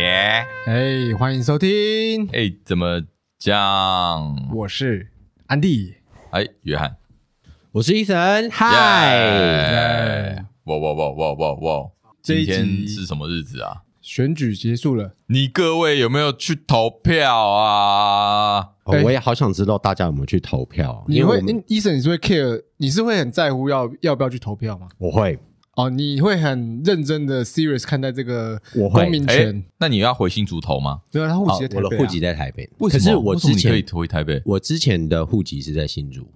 哎、欢迎收听，呃哎、怎么讲？我是安迪。哎，约翰，我是医生，耶嗨！哇哇哇哇哇哇！这今一天集是什么日子啊？选举结束了，你各位有没有去投票啊？哦哎我也好想知道大家有没有去投票，你因为会我们医生，你是会 care，你是会很在乎要要不要去投票吗？我会哦，你会很认真的 serious 看待这个我会公民哎、权？那你要回新竹投吗？对啊，他户好籍在台哦我北的啊户籍在台北，为什可么？是我为什么之你可以前回台北？我之前的户籍是在新竹，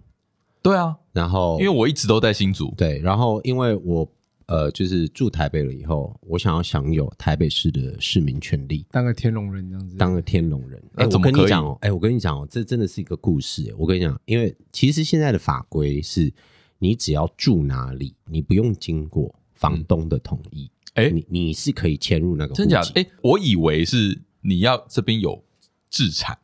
对啊，然后因为我一直都在新竹。对，然后因为我呃就是住台北了以后，我想要享有台北市的市民权利。当个天龙人这样子。当个天龙人，那哎、怎我么跟可你以讲哦，哎、我跟你讲哦，这真的是一个故事。哎我跟你讲，因为其实现在的法规是，你只要住哪里，你不用经过房东的同意，哎你你是可以迁入那个户籍真假的？哎、我以为是你要这边有自产，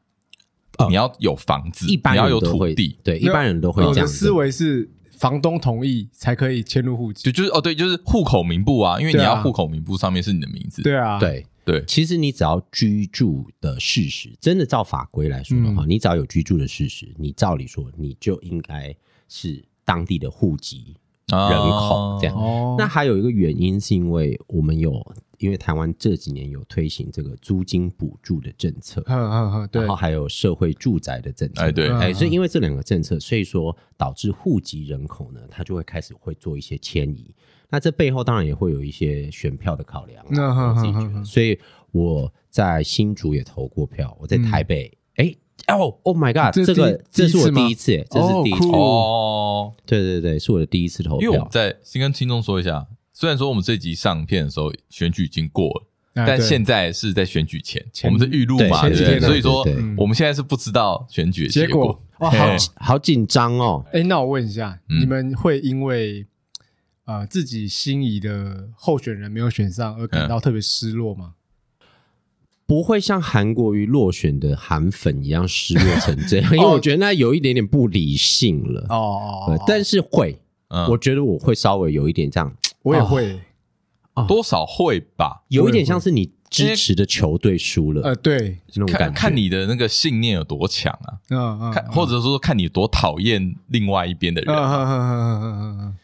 哦你要有房子，一般你要人有都土会地，对，没一有般人都会我这的样思子。维哦是房东同意才可以迁入户籍就。就是哦，对，就是户口名簿啊，因为你对啊要户口名簿上面是你的名字。对啊，，对，对，其实你只要居住的事实，真的照法规来说的嗯话，你只要有居住的事实，你照理说你就应该是当地的户籍啊人口这样。哦，那还有一个原因是因为我们有，因为台湾这几年有推行这个租金补助的政策，哼哼哼，对哎然后还有社会住宅的政策，哎对哎，嗯所以因为这两个政策，所以说导致户籍人口呢，它就会开始会做一些迁移。那这背后当然也会有一些选票的考量嗯啊，哼我自己哼觉哼哼得。所以我在新竹也投过票，我在台北，哎、哦，Oh my 嗯 God，这是这个第这是我第第一一次，哎这哦是第一次，酷哦，对对对，是我的第一次投因为我们票。在先跟听众说一下，虽然说我们这集上片的时候选举已经过了，啊但对现在是在选举前，前我们是预录嘛，对不对前几对？天啊所以说对对对我们现在是不知道选举的结果果。哦，嘿好好紧张哦！哎，那我问一下，嗯你们会因为呃自己心仪的候选人没有选上而嗯感到特别失落吗？不会像韩国瑜落选的韩粉一样失落成这样，因为我觉得那有一点点不理性了。哦哦，呃哦但是会，嗯，我觉得我会稍微有一点这样，我哦也会，多少会吧，有一点像是你支持的球队输了呃，对，那种感看觉。看你的那个信念有多强啊，嗯嗯，看或者说看你多讨厌另外一边的嗯嗯人。嗯嗯嗯嗯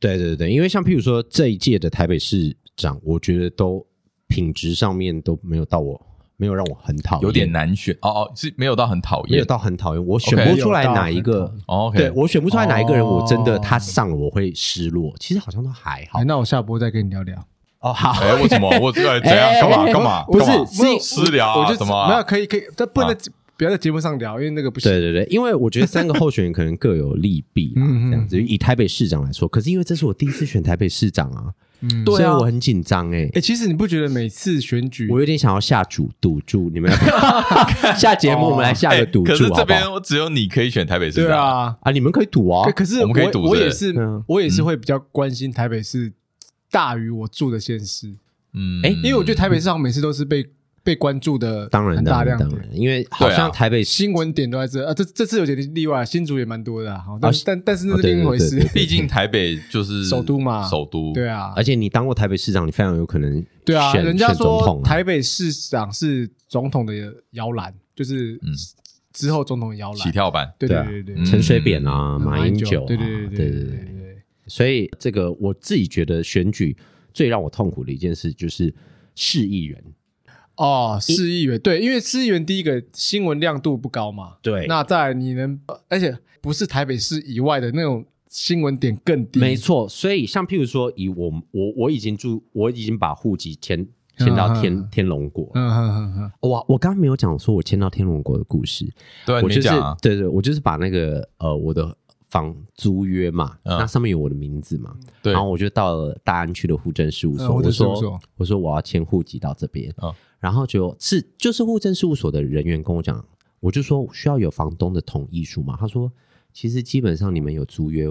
对对对，因为像譬如说这一届的台北市长，我觉得都品质上面都没有到我，没有让我很讨厌，有点，难选哦哦，是没有到很讨没有厌到很讨厌，我选 OK 不出来哪一没有到个很讨。哦对，OK，我选不出来哪一个人，哦我真的他上了我会失落。其实好像都还好哎，那我下播再跟你聊聊。哦，好，哎，为什么我哎怎哎样干嘛哎干嘛？ 不是干嘛是私聊我啊就什么没啊有？可以可以，但不能在不要在节目上聊，因为那个不行。对对对，因为我觉得三个候选人可能各有利弊啦，嗯嗯这样子。以台北市长来说，可是因为这是我第一次选台北市长啊，嗯对啊所以我很紧张哎、哎，其实你不觉得每次选举我有点想要下赌赌注，你们要 不要下节目我们来下哎个赌可是注这好不边好？我只有你可以选台北市长。对啊，啊，你们可以赌啊可，可是我们可以赌嗯我是也不是对啊，我也是会比较关心台北市大于我住的县市，嗯，哎因为我觉得台北市好像每次都是被被关注的，当然很当大然量的当然，因为好对啊像台北市新闻点都在这啊。这这次有点例外，新竹也蛮多的啊，好但啊但但是那哦是对另一回对对事对。毕竟台北就是首都嘛首都对啊而，且你当过台北市长，你非常有可能对啊，哎选人家选总说统啊台北市长是总统的摇篮，就是嗯之后总统的摇篮起。跳板。对对啊对对嗯对，陈水扁啊、马英九啊，对对对对对对对对对。所以这个我自己觉得选举最让我痛苦的一件事就是市议员。哦，市议员对，因为市议员第一个新闻亮度不高嘛，对那再来你能，而且不是台北市以外的那种新闻点更低，没错，所以像譬如说，以我我我已经住，我已经把户籍迁迁到天、嗯嗯嗯天龙国。嗯哼哼哼，哇，我刚刚没有讲说我迁到天龙国的故事，对啊，你我没就是讲啊，对对，我就是把那个呃我的房租约嘛，嗯那上面有我的名字嘛，对然后我就到了大安区的户政事务所，嗯户政我事务说所我说我要迁户籍到这边，嗯然后就是就是户政事务所的人员跟我讲，我就说需要有房东的同意书嘛，他说其实基本上你们有租约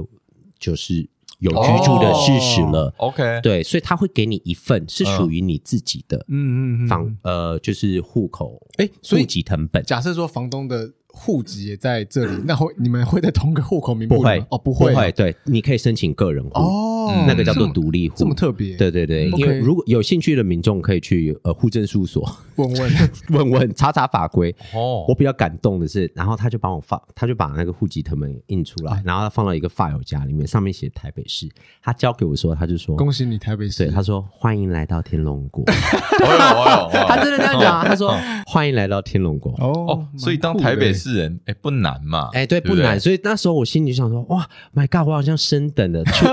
就是有居住的事实了， OK，对，所以他会给你一份是嗯属于你自己的嗯嗯嗯，房、呃就是户口哎所以户籍成本。假设说房东的户籍也在这 里，那会你们会在同个户口名簿不里会吗哦，不不会啊会，对，你可以申请个人户，哦，嗯那个叫做这么独立户，这么特别，对，对对，嗯因为 OK 如果有兴趣的民众可以去呃户政事务所 问问问问查查法规。哦我比较感动的是，然后他就帮我放，他就把那个户籍藤本印出哎来，然后他放到一个 file 夹里面，上面写台北市。他交给我说，他就 说，恭喜你台北市，对，他说欢迎来到天龙 国，哎呦哎呦哎呦 他真的这样讲啊，他说欢迎来到天龙国。哦哦，，所以当蛮酷台的北市人，哎，不难嘛，哎，对，不难。，所以那时候我心里就想说，哇，My God，我好像升等了，出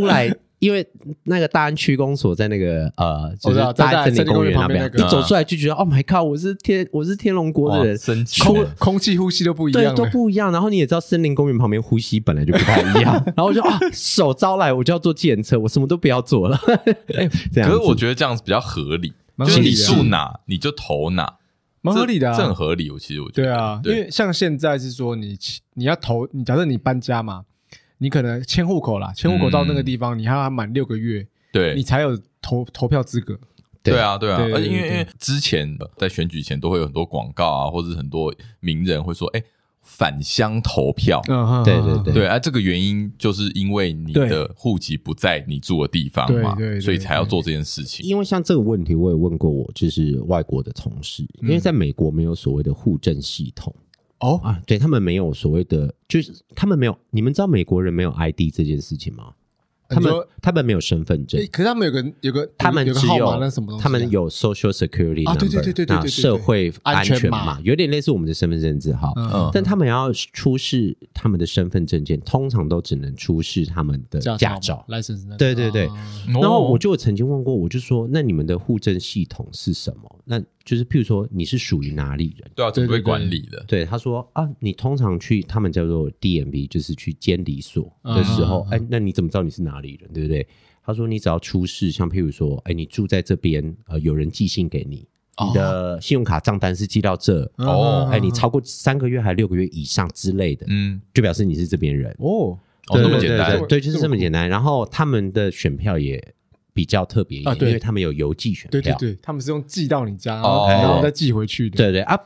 出来。因为那个大安区公所在那个呃，就我是知道大在安森林森林公公园园那旁边边，那一个走出来就觉得，Oh my God，我是天，我是天龙国的哇人，哦升级空了空气呼吸都不一对样，都，不一样。然后你也知道，森林公园旁边呼吸本来就不太一样。 然后我就啊，手招来，我就要坐计程车，我什么都不要做了。 这样可子，是我觉得这样子比较合理，蛮就是合理你的住哪你就投哪，蛮合理的啊，这这很合理。我其实我觉得，对啊，因对为像现在是说你起你要投，你假设你搬家嘛，你可能迁户口啦，迁户口到那个地嗯方，你还要满六个月，对你才有投投票资格。对对啊，对啊，对对而且因为对因为之前呃在选举前都会有很多广告啊，或者是很多名人会说，哎，返乡投票。嗯哼，对对对对啊，这个原因就是因为你的户籍不在你住的地方嘛，对对对所以才要做这件事情。因为像这个问题，我也问过我就是外国的同事，因为在美国没有所谓的户政系统。哦，啊，对他们没有所谓的，就是他们没有，你们知道美国人没有 ID 这件事情吗？你他们说他们没有身份证诶，可是他们有个有个他们有个只号有码，那什么东西啊？他们有 Social Security 啊 number，对对对对对对那对社会安安全全码码，有点类似我们的身份证字号。嗯嗯，但他们要出示他们的身份证件，通常都只能出示他们的驾照。 license 那个对对对啊然然后我就有曾经问过，我就说，那你们的户政系统是什么？那就是譬如说你是属于哪里人？对啊，怎么对对会对管理的？对，他说啊，你通常去他们叫做 DMV，就是去监理所嗯的时候嗯，嗯哎、那你怎么知道你是哪里人，对不对？他说你只要出示，像譬如说，哎，你住在这边，呃，有人寄信给你，你的信用卡账单是寄到这，哦嗯哦哎，你超过三个月还六个月以上之类的，嗯，就表示你是这边人。哦哦，对那么对简单对对，对就是这么简单。然后他们的选票也比较特别一点，啊对因为他们有邮寄选票。对对对，他们是用寄到你家，然哦后然后再寄回去的。哎对对啊。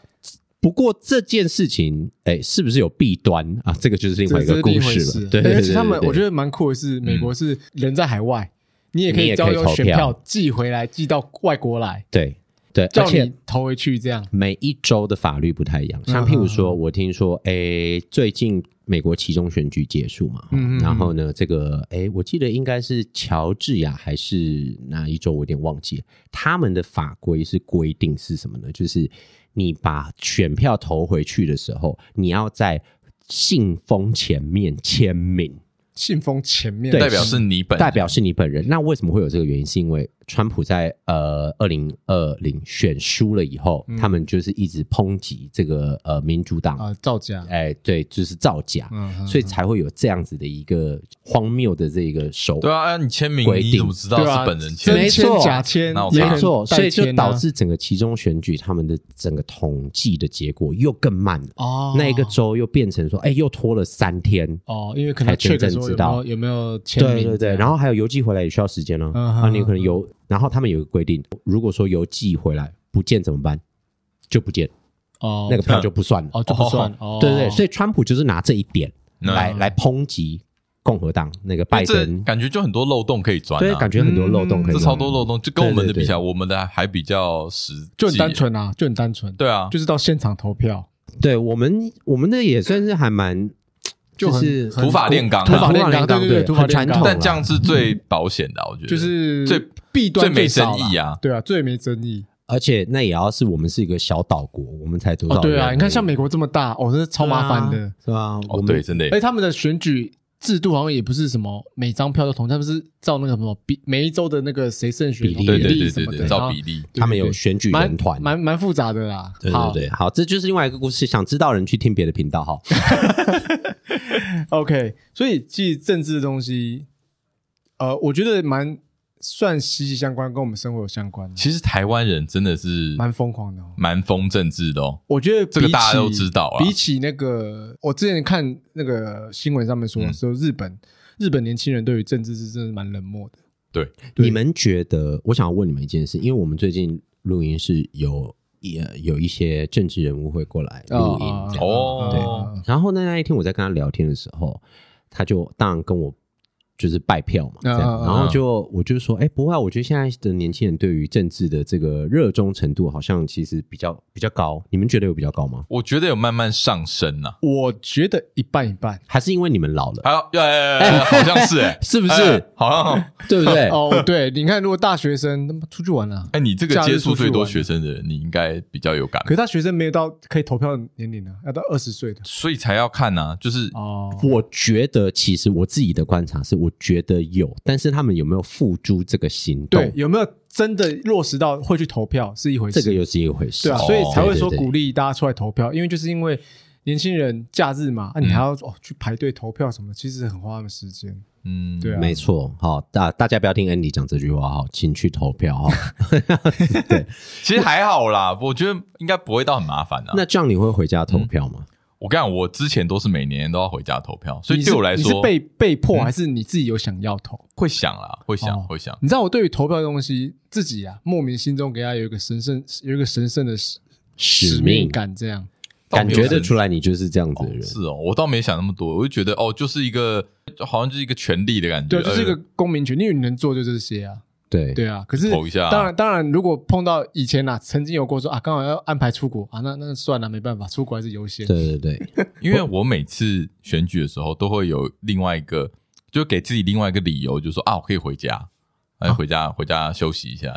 不过这件事情，哎，是不是有弊端啊？这个就是另这，外一这个是故另一回事事了。对对对而且他们对对嗯我觉得蛮酷的是，美国是人在海外，你也可你也以可交以由投选票票寄回来，寄到外国来，对对，而叫且你嗯投回去这样。每一州的法律不太一样。像譬如说，我听说，哎，最近美国其中选举结束嘛，嗯嗯嗯然后呢，这个哎，我记得应该是乔治亚还是哪一州，我有点忘记了。他们的法规是规定是什么呢？就是你把选票投回去的时候，你要在信封前面签名。信封前面对代表是你本人代表是你本人。那为什么会有这个原因？是因为川普在呃二零二零选输了以后，他们就是一直抨击这个呃民主党，嗯啊造假，哎、对，就是造假，嗯嗯所以才会有这样子的一个荒谬的这个手。对啊，啊你签名规定你怎么知道对啊是本人签真的？没错签假签那我，也看可能没错，代所以就签啊导致整个其中选举，他们的整个统计的结果又更慢了。哦那一个州又变成说，哎、又拖了三天，哦，因为可能才真 check 正说知有没道有有没有签名对对这对，样然后还有邮寄回来也需要时间呢、嗯啊。哼你可能邮，然后他们有一个规定，如果说邮寄回来不见怎么办？就不见，哦那个票就不算了。哦就不算哦，对对对，所以川普就是拿这一点嗯来、来抨击共和党那个拜这登，感觉就很多漏洞可以钻哎对，啊，感觉很多漏洞可以哎这用。超多漏洞，就跟我们的对对对比起来，我们的还比较实际，就很单纯啊，就很单纯，对啊，就是到现场投票，对我们我们的也算是还蛮，就很是很土法炼钢啊土法土炼法炼钢，钢对对对对土法很炼传钢统啦。啊但这样是最保险的啊，我觉得就是最弊端最没少啦争议啊对啊，最没争议而且那也要是我们是一个小岛国，我们才多少哦，人而已？对啊，你看像美国这么大，哦，真是超麻烦的，对啊，是吧？我哦，们对，真的耶而且他们的选举制度好像也不是什么每张票都同，他们是照那个什么比每一周的那个谁胜选比例对比对对例对什么对的，对，然照后比例，他们有选举蛮人团，蛮蛮复杂的啦。对好对对，好，这就是另外一个故事。想知道的人去听别的频道哈。 OK，所以其实政治的东西，呃，我觉得蛮算息息相关，跟我们生活有相关的，其实台湾人真的是蛮疯狂的、哦。蛮疯政治的哦，我觉得这个比大家都起知道啊比起那个，我之前看那个新闻上面说，嗯说日本日本年轻人对于政治是真的蛮冷漠的。对，对你们觉得？我想问你们一件事，因为我们最近录音是有也有一些政治人物会过来录音哦这样哦对哦然后呢，那一天我在跟他聊天的时候，他就当然跟我就是拜票嘛，这嗯嗯样，嗯然后就我就说，哎，不会啊，我觉得现在的年轻人对于政治的这个热衷程度好像其实比较比较高，你们觉得有比较高吗？我觉得有慢慢上升啊呐、我觉得一半一半。还是因为你们老了，还有，哎哎哎哎好像是哎、 是不是哎好像。对不 对？哦，对，你看，如果大学生他妈出去玩了、啊哎，你这个假日接触出去最多玩学生的人，你应该比较有感可，是大学生没有到可以投票的年龄啊，要到二十岁的所以才要看呐、就是哦。我觉得其实我自己的观察是，我觉得有，但是他们有没有付诸这个行对动，，有没有真的落实到会去投票是一回事，这个又是一回事。对啊，哦所以才会说对对对鼓励大家出来投票，因为就是因为年轻人假日嘛，啊，你还要哦去排队投票什么，其实很花他们时间。嗯，对啊没错，好，大大家不要听 Andy 讲这句话，哈，请去投票哈。其实还好啦，我觉得应该不会到很麻烦啊。那这样你会回家投票吗？我跟你讲，我之前都是每年都要回家投票，所以你是对我来你是说被被迫还是你自己有想要投？会想啦，会想哦会想。你知道我对于投票的东西，自己啊莫名心中给他有一个神圣有一个神圣的使使命命感，这样感觉得出来，你就是这样子哦的人。是哦，我倒没想那么多，我就觉得哦，就是一个好像就是一个权利的感觉，对，就是一个呃公民权，因为你能做就这些啊。对，对啊，可是投一下啊当然，当然，如果碰到以前啊，曾经有过说啊，刚好要安排出国啊，那那算了，没办法，出国还是优先。对对对，因为我每次选举的时候都会有另外一个，就给自己另外一个理由，就说啊，我可以回家，哎，啊回家回家休息一下，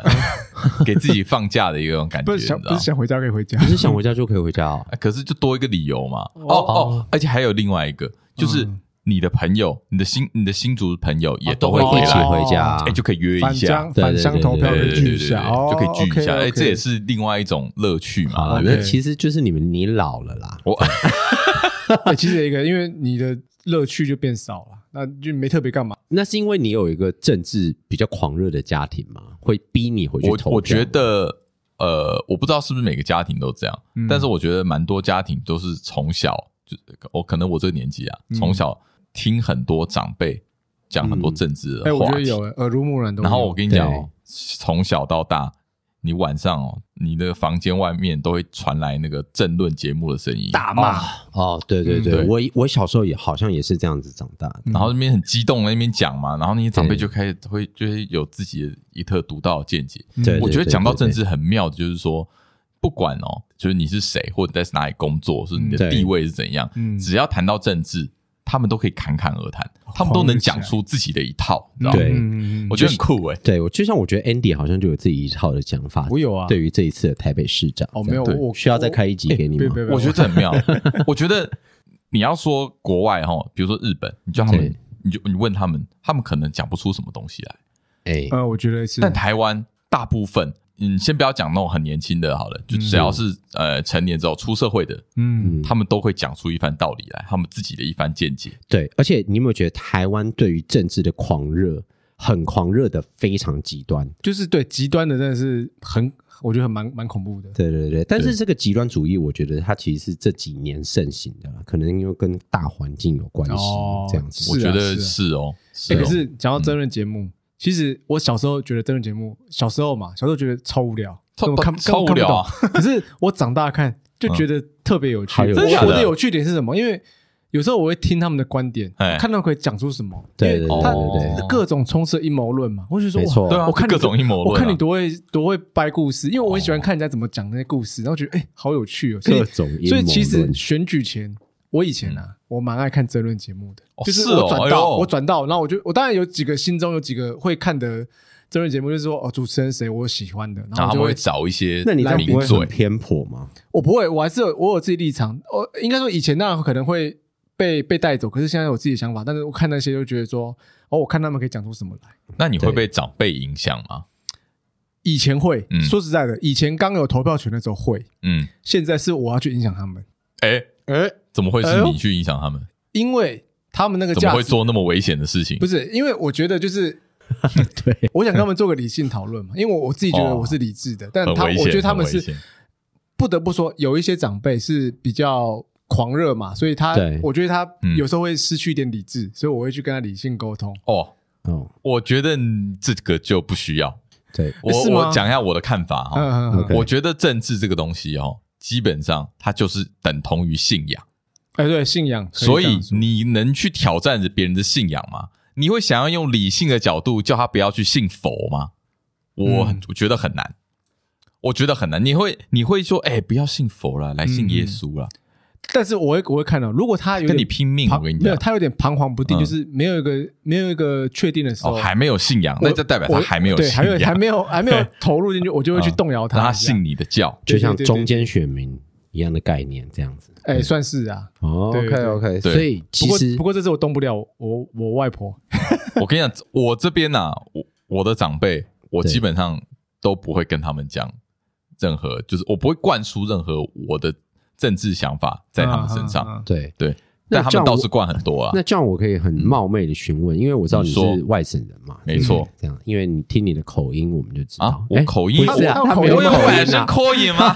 给自己放假的一种感觉， 不你是知道想不吗是？想回家可以回家你，是想回家就可以回家哦。哎可是就多一个理由嘛。哦哦，而且还有另外一个，就是嗯哦你的朋友，你的新你的新竹朋友也 都会都会回一起来，回家哦，哎，就可以约返一下乡。对对返乡投票对可对对以聚对一对，下，哦就可以聚一下，哎， OK，OK 这也是另外一种乐趣好嘛，了，对啊那不对？其实就是你们你老了啦。啊我对，其实有一个，因为你的乐趣就变少了，那就没特别干嘛。那是因为你有一个政治比较狂热的家庭嘛，会逼你回去投我票。我觉得，呃，我不知道是不是每个家庭都这样，嗯但是我觉得蛮多家庭都是从小就我可能我这个年纪啊，嗯从小听很多长辈讲很多政治哎，的我话觉得题，有哎耳濡目染都有。然后我跟你讲对哦，从小到大。你晚上哦，你的房间外面都会传来那个政论节目的声音，大骂哦哦，对对嗯对，对我我小时候也好像也是这样子长大的。嗯然后那边很激动，那边讲嘛，然后那些长辈对就开始会就会有自己的一特独到的见解。嗯对我觉得讲到对对政治很妙的，就是说，不管哦，就是你是谁，或者在哪里工作，是你的嗯对地位是怎样，嗯只要谈到政治，他们都可以侃侃而谈，他们都能讲出自己的一套，你知道吗？对嗯嗯嗯我觉得很酷哎、对我就像我觉得 Andy 好像就有自己一套的讲法。我有啊对于这一次的台北市长，哦这样没有我哎需要再开一集给你别吗？别别，我觉得这很 妙。我觉得你要说国外哈，比如说日本，你叫他们对，你就你问他们，他们可能讲不出什么东西来。哎，呃，我觉得是但台湾大部分，嗯，先不要讲那种很年轻的好了，嗯就只要是、呃成年之后出社会的，嗯他们都会讲出一番道理来，他们自己的一番见解。啊对，而且你有没有觉得台湾对于政治的狂热，很狂热的非常极端？就是对极端的真的是很，我觉得很蛮蛮恐怖的。对对对，但是这个极端主义，我觉得它其实是这几年盛行的啦，可能因为跟大环境有关系，哦这样子是啊我觉得是啊是哦，是哎，哦嗯可是讲到争论节目，其实我小时候觉得争论节目，小时候嘛，小时候觉得超无聊，超根本看超无聊啊。根本看不懂 可是我长大看就觉得特别有趣。好有我嗯趣真的假的我的有趣点是什么？因为有时候我会听他们的观点，哎看他们可以讲出什么。因对为对对他对对对各种充斥阴谋论嘛，我就说没哇错对啊，我看你各种阴谋论啊我看你多会多会掰故事，因为我很喜欢看人家怎么讲那些故事，然后觉得哎好有趣哦。所以各种阴谋论所以其实选举前，我以前啊，我蛮爱看争论节目的，嗯哦就是哦我转哎到呦我转到，然后我就我当然有几个心中有几个会看的争论节目，就是说哦主持人谁我喜欢的，然然后后他们我就会会找一些那你这样不名会很嘴，偏颇吗？我不会，我还是有我有自己立场。我应该说以前那样可能会被被带走，可是现在有自己的想法。但是我看那些就觉得说，哦，我看他们可以讲出什么来。那你会被长辈影响吗？以前会，嗯说实在的，以前刚有投票权的时候会，嗯，现在是我要去影响他们，哎，哎，怎么会哎是呦你去影响他们？因为他们那个怎么价会值做那么危险的事情不？是，因为我觉得就是。对，我想跟他们做个理性讨论嘛，因为我我自己觉得我是理智的，但哦很他危我险，觉得他们很危是险不得不说，有一些长辈是比较狂热嘛，所以他对我觉得他嗯有时候会失去一点理智，所以我会去跟他理性沟通。哦。哦，我觉得这个就不需要，对，我是吗我讲一下我的看法哈、嗯嗯嗯 OK 我觉得政治这个东西哦，基本上它就是等同于信仰，哎，对，信仰，可所这以嗯样说你能去挑战别人的信仰吗？你会想要用理性的角度叫他不要去信佛吗？我、嗯我觉得很难，我觉得很难。你会你会说，哎、不要信佛了，来信耶稣了，但是我会我会看到，如果嗯他有点跟你拼命。我彷跟你没有，讲，他有点彷徨不定，嗯就是没有一个没有一个确定的时候，哦，还没有信仰，我那就代表他我还没有对，信还没有还仰，没有 还没有投入进去，我就会去嗯动摇让他一下信。你的教。 对就像对对中间选民一样的概念这样子。嗯哎，算是啊。对对 OK 对 OK，对哦所以不其过实不过这次我动不了我我外婆。我跟你讲，我这边呐、我我的长辈，我对基本上都不会跟他们讲任何，就是我不会灌输任何我的政治想法在他们身上。嗯嗯嗯对，对，那但他这样们倒我是灌很多啊那。这样我可以很冒昧的询问，因为我知道你你说是外省人嘛，没错对不对，这样，因为你听你的口音，我们就知啊道，我哎口音不是啊，我他没有我有口本音身啊，口音 吗？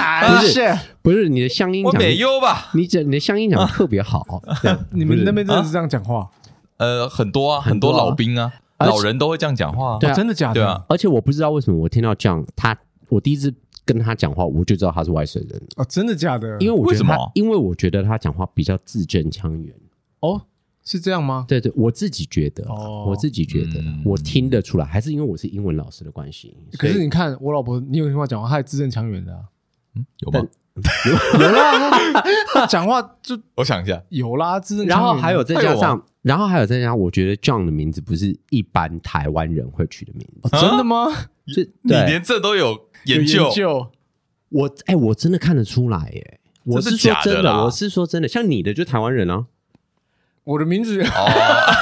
啊，不是是不是你的乡音我讲没得，有吧？你讲你的乡音讲得特别好， 这样啊你不们是那边真的是这样讲话？呃，很多啊，很很多多啊老兵啊，而且老人都会这样讲话啊。对啊哦真的假的？对啊，而且我不知道为什么我听到这样，他我第一次跟他讲话，我就知道他是外省人，哦，真的假的？因为我觉得为什他么，因为我觉得他讲话比较字正腔圆。哦，是这样吗？对对，我自己觉得，啊哦我自己觉得啊嗯，我听得出来，还是因为我是英文老师的关系。可所是以你看我老婆，你有听她讲话，她也字正腔圆的啊，嗯有吗？有啦，她讲话就我想一下，有啦，字正腔 然圆啊。后还有再哎加呦上，然后还有再加上，我觉得 John 的名字不是一般台湾人会取的名字。哦真的吗？就你对连这都有啊研有究研？究我哎、我真的看得出来耶！我真是的说假的真的，啦我是说真的，像你的就台湾人啊，我的名字 哦，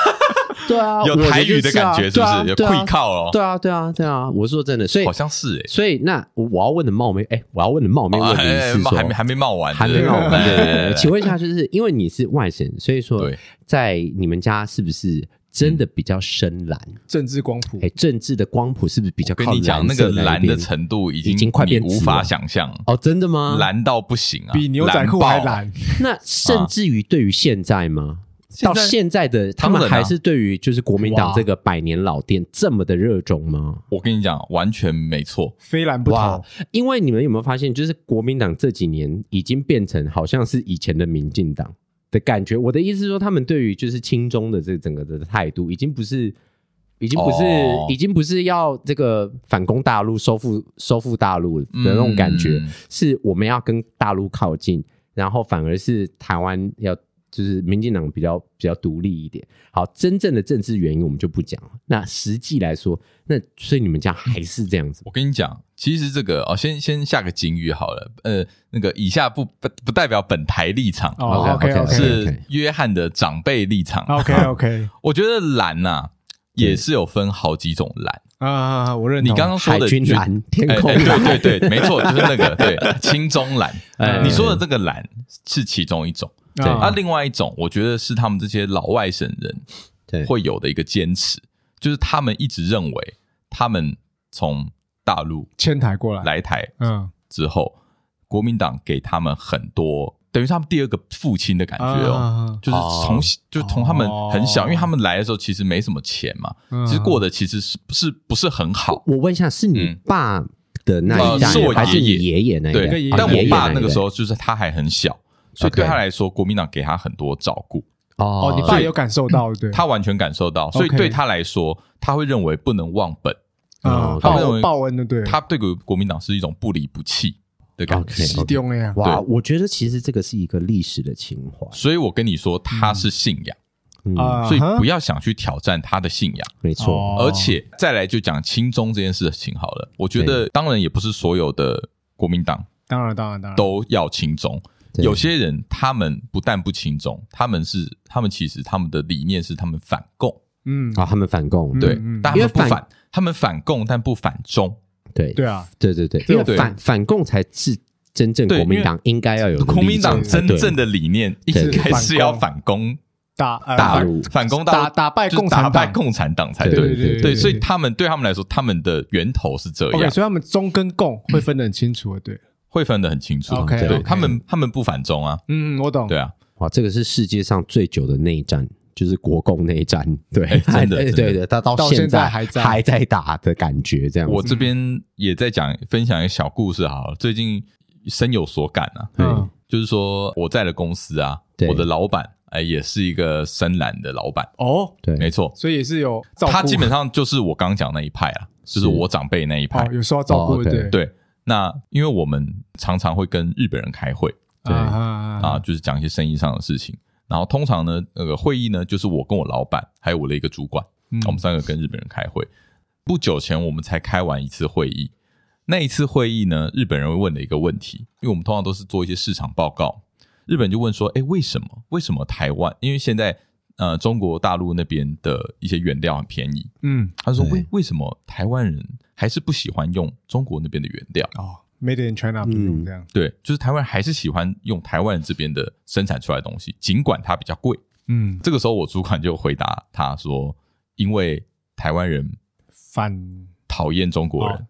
对啊，有 我台就语的是啊感觉是对不啊是？有对啊愧靠哦，对啊，对啊，对啊，我是说真的，所以好像是哎。所以那我要问的冒昧，哎、我要问的冒昧啊问题哎是哎说，还没还没冒完，还没对不让对我们哎对对对哎哎对， 请问一下，就是因为你是外省，所以说对在你们家是不是真的比较深蓝？政治光谱哎，政治的光谱是不是比较嗯跟靠你讲，蓝那色个一蓝的边程度已已经快你变无紫法了想象，哦，真的吗？，蓝到不行啊，比牛仔蓝裤爆还。蓝，那甚至于对于现在吗？现到在现在的他当们然啊还是对于就是国民党哇这个百年老店这么的热衷吗？我跟你讲，完全没错。非蓝不哇投。！因为你们有没有发现，就是国民党这几年已经变成好像是以前的民进党的感觉。我的意思是说，他们对于就是亲中的这整个的态度，已经不是，已经不是，哦已经不是要这个反攻大陆、收复收复大陆的那种感觉，嗯是我们要跟大陆靠近，然后反而是台湾要。就是民进党比较比较独立一点，好，真正的政治原因我们就不讲了。那实际来说，那所以你们家还是这样子吗，我跟你讲，其实这个哦，先先下个警语好了。呃，那个以下不不不代表本台立场，哦 OK，OK， ，OK OK，是约翰的长辈立场。 OK OK 我觉得蓝呐、也是有分好几种蓝。啊，我认你同。刚刚说的哦海军就蓝、天哎空哎蓝，对对对，没错，就是那 个对青中蓝。哎你说的这个蓝是其中一种，对那、另外一种，我觉得是他们这些老外省人对会有的一个坚持，就是他们一直认为他们从大陆迁台过来，来台嗯，之后，国民党给他们很多，等于是他们第二个父亲的感觉哦。哦，就是从、哦就是从他们很小，哦因为他们来的时候其实没什么钱嘛，嗯其实过得其实是不是不是很好。我问一下，是你嗯哦爸的那一代，呃是我还是你爷爷爷爷那一代？个爷对爷，啊但爷我爷爸一那个代时候就是他还很小，所以对 OK 他来说，国民党给他很多照顾，哦哦，你爸有感受到对不对？他完全感受到，所以 OK 对他来说，他会认为不能忘本，啊嗯他会报认为恩报恩的对，他对国国民党是一种不离不弃的感觉。 OK 西丢了呀，哇，对我觉得其实这个是一个历史的情怀所以我跟你说，他是信仰，嗯啊，所以哈不要想去挑战他的信仰。没错，哦而且再来就讲亲中这件事情好了，我觉得当然也不是所有的国民党当然当然当然，都要亲中，对有些人他们不但不亲中，他们是他们其实他们的理念是他们反共，嗯，啊，他们反共，嗯对，但他因为们不反反，他们反共但不反中，对对啊，对对对，对因为对反反共才是真正对国民党应该要有的啊国民党立场真正的理念应对该是要反攻打呃大反陆，反攻大打陆。打败就是共打产败党，共产党才对对，对对对，所以他们对他们来说，他们的源头是这 OK，样，所以他们中跟共会分得很清楚的，对，会分得很清楚。 OK，对 OK 他们，他们不反中啊，嗯，我懂，对啊，哇，这个是世界上最久的内战，就是国共内 战，对，哎真的哎真的对对，他到到现现在还还在还在打的感觉，这样子我这边也在讲分享一个小故事好了，最近深有所感啊，嗯就是说我在的公司啊对，我的老板哎也是一个深蓝的老板，哦，对没错，所以也是有照顾，他基本上就是我刚讲那一派啊，就是是我长辈那一派哦，，有受到照哦顾，对对对。那因为我们常常会跟日本人开会对啊，啊就是讲一些生意上的事情。然后通常呢，那个会议呢，就是我跟我老板还有我的一个主管，嗯我们三个跟日本人开会。不久前我们才开完一次会议，那一次会议呢，日本人会问的一个问题，因为我们通常都是做一些市场报告，日本就问说：“哎，为什么？为什么台湾？因为现在呃中国大陆那边的一些原料很便宜，嗯他说对为为什么台湾人还是不喜欢用中国那边的原料？哦，Made in China 不用这样，对，就是台湾人还是喜欢用台湾人这边的生产出来的东西，尽管它比较贵。嗯，这个时候，我主管就回答他说：“因为台湾人反讨厌中国人。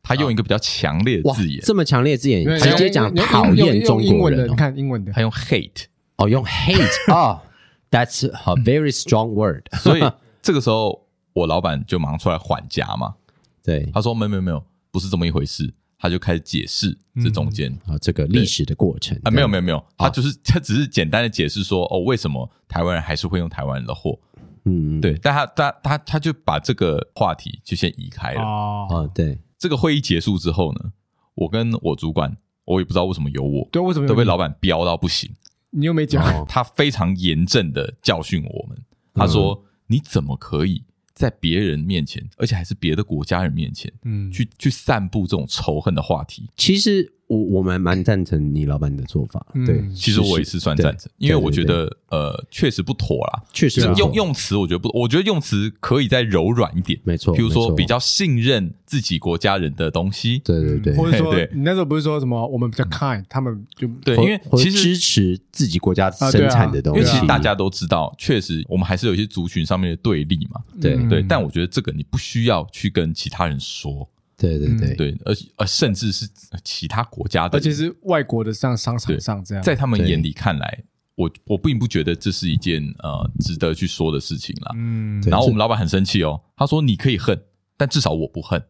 他用一个比较强烈的哇字眼，这么强烈的字眼，因为直接讲因为讨因为厌用中英国文的人你哦，看英文的他用 hate，哦用 hate 啊，That's a very strong word，所以这个时候我老板就马上出来缓颊嘛。对，他说：“没有没有没有，不是这么一回事。”他就开始解释这中间、啊这个历史的过程啊，没有没有，有没有，他就是 他只是简单的解释说，哦，为什么台湾人还是会用台湾人的货？嗯，对，但他他他他就把这个话题就先移开了。哦，哦对，这个会议结束之后呢，我跟我主管，我也不知道为什么有我，对，为什么都被你老板飙到不行。你又没讲？哦他非常严正的教训我们，他说：“嗯你怎么可以在别人面前，而且还是别的国家人面前，嗯，去去散布这种仇恨的话题？”其实我我们蛮赞成你老板的做法，嗯对，其实我也是算赞成，因为我觉对对啊得呃，确实不妥啦。确实就不错用用词，我觉得不，我觉得用词可以再柔软一点，没错比如没说错比较信任自己国家人的东西，对对对，或者说对嗯对你那时候不是说什么我们比较 kind，他们就对，或因为或其支实持自己国家啊对生啊产的因东为西，其实大家都知道，确实我们还是有一些族群上面的对立嘛，对嗯对。但我觉得这个你不需要去跟其他人说，对对对，对，而且呃，甚至是其他国家的，而且是外国的上商场上这样，在他们对眼里看来，我我并不觉得这是一件呃值得去说的事情啦。嗯对然后我们老板很生气哦，他说：“你可以恨，但至少我不恨，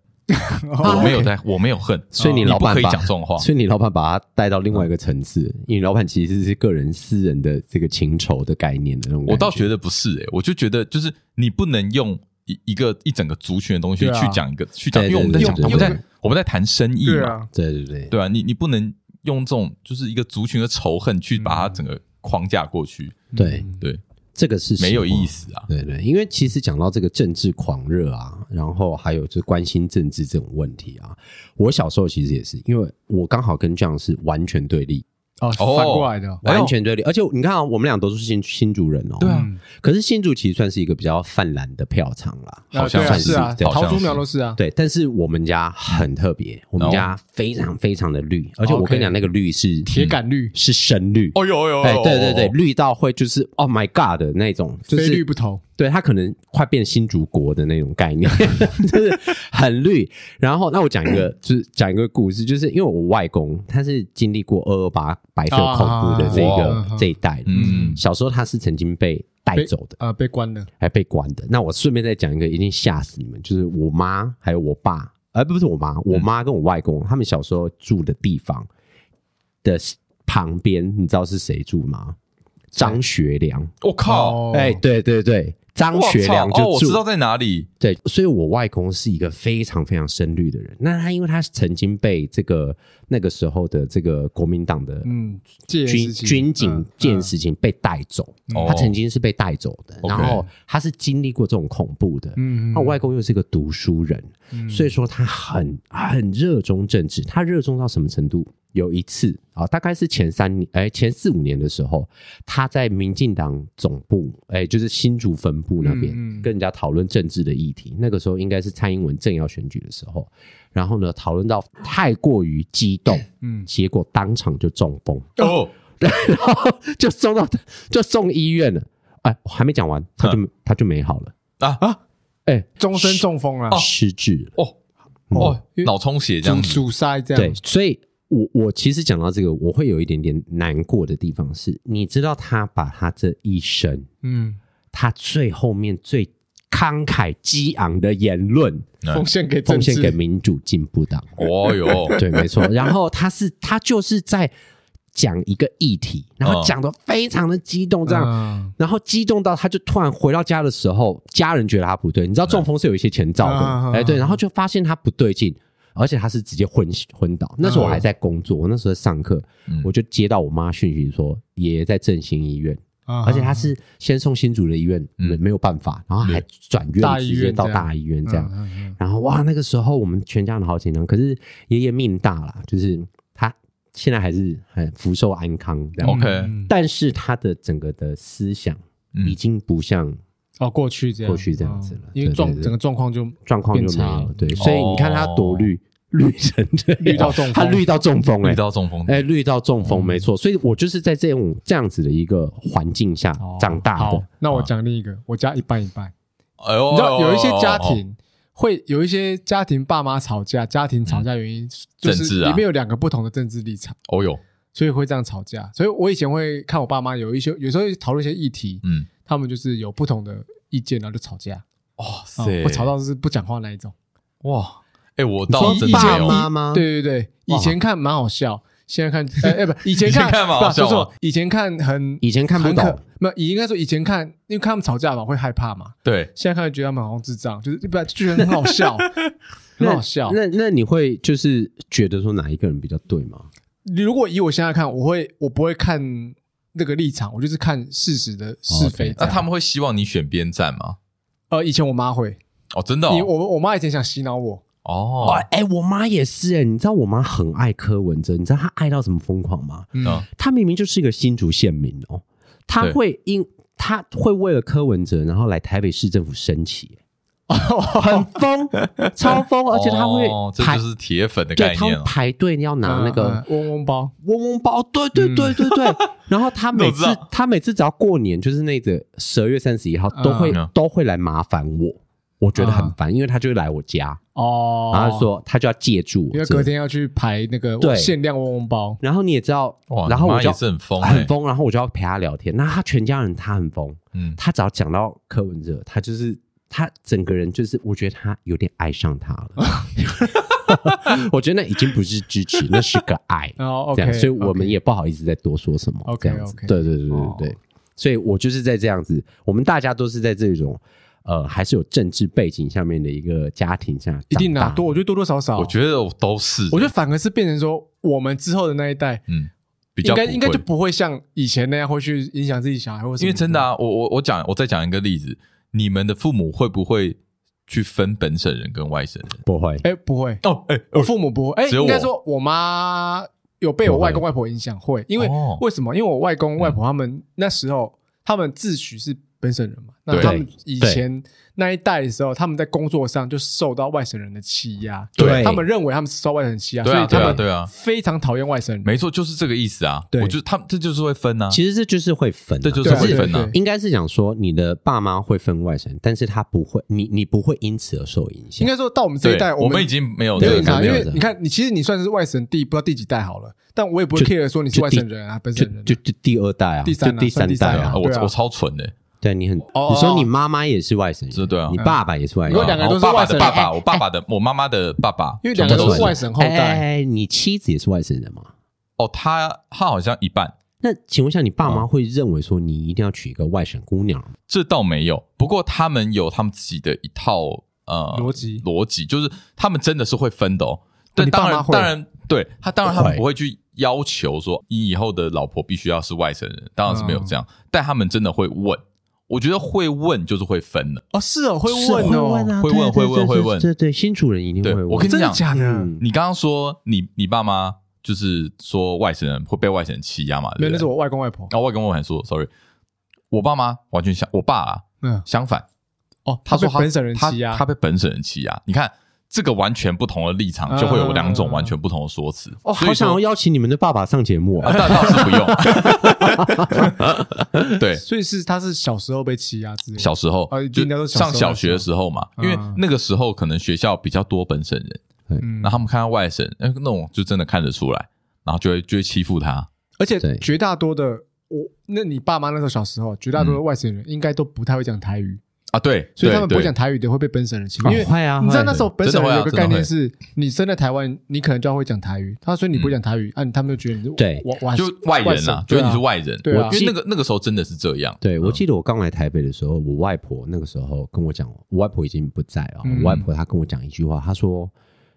哦我没有在，我没有恨，哦呃所以你你老不板可以把讲这种话。”所以你老板把他带到另外一个层次，因为你老板其实是个人私人的这个情仇的概念的那种感。我倒觉得不是诶、欸我就觉得就是你不能用一一个一整个族群的东西对啊去讲一个去讲，对因为我们在对讲对我们对在我们在谈生意对嘛，啊，对对对，对啊，你你不能用这种就是一个族群的仇恨去把嗯它整个框架过去，对嗯对，这个是实话没有意。思啊。对对，因为其实讲到这个政治狂热啊，然后还有就关心政治这种问题啊，我小时候其实也是，因为我刚好跟这样是完全对立，哦，哦反过来的，哎呦完全对立，而且你看、啊、我们俩都是新新竹人哦，对啊，嗯可是新竹其实算是一个比较泛滥的票仓啦，好啊像对啊是是啊，对好像桃竹苗是都是啊，对，但是我们家很特别，我们哦家非常非常的绿，而且我 OK 跟你讲，那个绿是铁杆嗯绿，是深绿，哦呦呦，哎，对对哦对，，绿到会就是 Oh my God 的那种，就非绿是不投，对它可能快变新竹国的那种概念， 就是很绿。然后那我讲一个，就是讲一个故事，就是因为我外公他是经历过二二八白色恐怖的这啊个哇这一代，嗯小时候他是曾经被带被走的。呃，被关了，还被关的。那我顺便再讲一个，一定吓死你们，就是我妈还有我爸，呃，不是我嗯妈，我妈跟我外公他们小时候住的地方的旁边，你知道是谁住吗？张学良。我靠，哦哎、，对对对，张我学操，良哦，就我住知道在哪里，对，所以我外公是一个非常非常深绿的人。那他因为他曾经被这个那个时候的这个国民党的嗯，戒严军时期军警嗯这件嗯事情被带走，哦他曾经是被带走的， OK 然后他是经历过这种恐怖的。嗯，嗯哦嗯那我外公又是个读书人，所以说他很很热衷政治。他热衷到什么程度？有一次啊，大概是前三年，哎，前四五年的时候，他在民进党总部，哎，就是新竹分部那边、嗯嗯跟人家讨论政治的议题。那个时候应该是蔡英文正要选举的时候，然后呢，讨论到太过于激动，嗯 结果当场就中风。哦，然后 就送到就送医院了。哎，我还没讲完，他就、嗯他就没好了，哎，终身中风啊了，失智啊了。哦，哦，脑充血这样阻子，阻塞这对样，，所以我我其实讲到这个，我会有一点点难过的地方是，你知道他把他这一生，嗯，他最后面最慷慨激昂的言论奉献给政奉献治给民主进步 党。嗯哦 哟，对，没错。然后他是他就是在讲一个议题，然哦后嗯讲的非常的激动，这样。嗯然后激动到他就突然回到家的时候，家人觉得他不对，你知道中风是有一些前兆嗯的，哎对，然后就发现他不对劲，而且他是直接昏昏倒。那时候我还在工作，我那时候在上课嗯，我就接到我妈讯息说爷爷在振兴医院，啊而且他是先送新竹的医院，嗯没没有办法，然后还转大院医直接院到这样大医院这样。嗯嗯然后哇，那个时候我们全家人好紧张，可是爷爷命大啦，就是他现在还是很福寿安康这样。 OK 嗯但是他的整个的思想嗯已经不像哦，过去这样，过去这样子了哦因为对状对对整个状况就状况就没有了，对，所以你看他 多绿，绿成这样哦绿到中风嗯 他绿到中风，哎遇到中风，哎，绿到中风，没错。所以我就是在这种这样子的一个环境下长大哦好的，，嗯那我讲另一个，我家一半一半。哎呦，你知道有一些家哦，庭会有一些家庭爸妈吵架，家庭吵架原嗯因就政是治啊里面有两个不同的政治立场，哦哟，所以会这样吵架。所以我以前会看我爸妈有一些有时候会讨论一些议题，嗯，他们就是有不同的意见，然后就吵架，哇啊哦塞，我吵到就是不讲话那一种。哇，哎，我你到说真的爸没有，妈吗？，对对对，以嗯哇前看蛮好笑，现在看 哎哎不，以 前以前看看蛮好笑不啊错，以前看很以前看不很可懂，，没有，应该说以前看，因为看他们吵架嘛，会害怕嘛。对，现在看就觉得他们好像智障，就是不就觉得很好 笑，很好笑。那那你会就是觉得说哪一个人比较对吗？如果以我现在看，我会我不会看那个立场，我就是看事实的是非哦 OK 这那样。他们会希望你选边站吗？呃，以前我妈会，哦，真的哦你，我我妈以前想洗脑我，哦哦，，哎，我妈也是哎，你知道我妈很爱柯文哲，你知道她爱到什么疯狂吗？嗯嗯他明明就是一个新竹县民哦，他对会因他会为了柯文哲，然后来台北市政府升 旗，很疯，超疯，而且他会哦这排，就是铁粉的对，概他念哦会了。排队要拿那嗯个嗯嗡嗡包，嗡嗡包，对对对对对。 然后他嗯 每我知次道他每次只要过年，就是那个十二月三十一号，都会嗯都会来麻烦我。我觉得很嗯烦，因为他就会来我家，哦，然后他啊说他就要借住因我为这隔个。天要去排那对个限量嗡嗡包，然后你也知道哇，，然后你我妈就也是很疯，哎欸很，疯，然后我就要陪他聊天。那他全家人他很疯，嗯，他只要讲到柯文哲，他就是他整个人就是，我觉得他有点爱上他 了。我觉得那已经不是支持，那是个爱。然后 哦这 OK，样，所以我们 OK 也不好意思再多说什么。 OK，这样子 OK 对对对对对。哦所以我就是在这样子，我们大家都是在这种呃，还是有政治背景下面的一个家庭下长大，一定啊拿多，我觉得多多少哦少，我觉得我都是，我觉得反而是变成说我们之后的那一代。嗯，比较应该不应该会就不会像以前那样会去影响自己小孩，或者因为真的啊，我我我讲，我再讲一个例子，你们的父母会不会去分本省人跟外省人？不会。哎不会，哦，哎，我父母不会，哎、只有我应该说我妈有被我外公外婆影响，会，因为、哦嗯为什么？因为我外公外婆他们那时候，他们自诩是本省人嘛，那对他们以前那一代的时候，他们在工作上就受到外省人的欺压，对他们认为他们是受外省人欺压，对所啊，以他对啊，们对啊，非常讨厌外省人。没错，就是这个意思啊。对我就他们这就是会分啊，其实这就是会分啊、这就是对啊会分对啊对。应该是讲说，你的爸妈会分外省，但是他不会，你你不会因此而受影应。响该说到我们这对一代，，我们们已经没有没这有个影响，感因觉了。为对你看，你其实你算是外省第不知道第几代好了，但我也不会就 care 说你是外省人啊，本就省人啊就就第二代啊，第三啊就第三代算第三啊啊啊。我对啊我超蠢的，对你很，哦你说你妈妈也是外省是人，对啊你爸爸也是外嗯省如果人两，个人我都是爸爸外的省人哎爸爸，我爸爸的我妈妈的爸爸，因为两个全都部是外省后哎代。哎，哎你妻子也是外省人吗？哦，他他好像一半，那请问一下，你爸妈会认为说你一定要娶一个外省姑娘吗？这倒没有，不过他们有他们自己的一套呃逻辑逻辑就是他们真的是会分的哦。但你爸当妈然，会当然，对他当然他会们不会去要求说你以后的老婆必须要是外省人，当然是没有这样，但他们真的会问。我觉得会问就是会分的，哦，是哦，会是问哦，啊会问对对会问对会问对对对，新主人一定会对问。我跟你真的讲假的？嗯你刚刚说你你爸妈就是说外省人会被外省人欺压嘛？对哦不没有，对那是？我外公外婆。然后我也跟我很说，sorry，我爸妈完全相，我爸啊嗯，相反，哦，他被说他本省人欺他压他，被本省人欺压。你看这个完全不同的立场，就会有两种嗯完全不同的说辞。哦，所以好想说要邀请你们的爸爸上节目啊，啊！倒倒是不用。对， 所以是他是小时候被欺压之类的。小时候啊一定就都是小时上候小学的时候嘛，因嗯为那个时候可能学校比较多本省人，嗯然后他们看到哎外省，那那种就真的看得出来，然后就会就会欺负他。而且对绝大多的我那你爸妈那时候小时候，绝大多数外省人应该都不太会讲台语，啊，对，所以他们对不会对讲台语的会被本省人欺负，哦因为会啊你知道那会时候本省真的会啊人有个概念真是，你生在台湾，你可能就要会讲台语，他说你不会讲台语，啊，他们就觉得你是对我我嗯就外人啊，觉对得你是外人，对啊因为那个那个时候真的是这样，嗯对，我记得我刚来台北的时候，我外婆那个时候跟我讲，我外婆已经不在了。嗯我外婆她跟我讲一句话，她说：“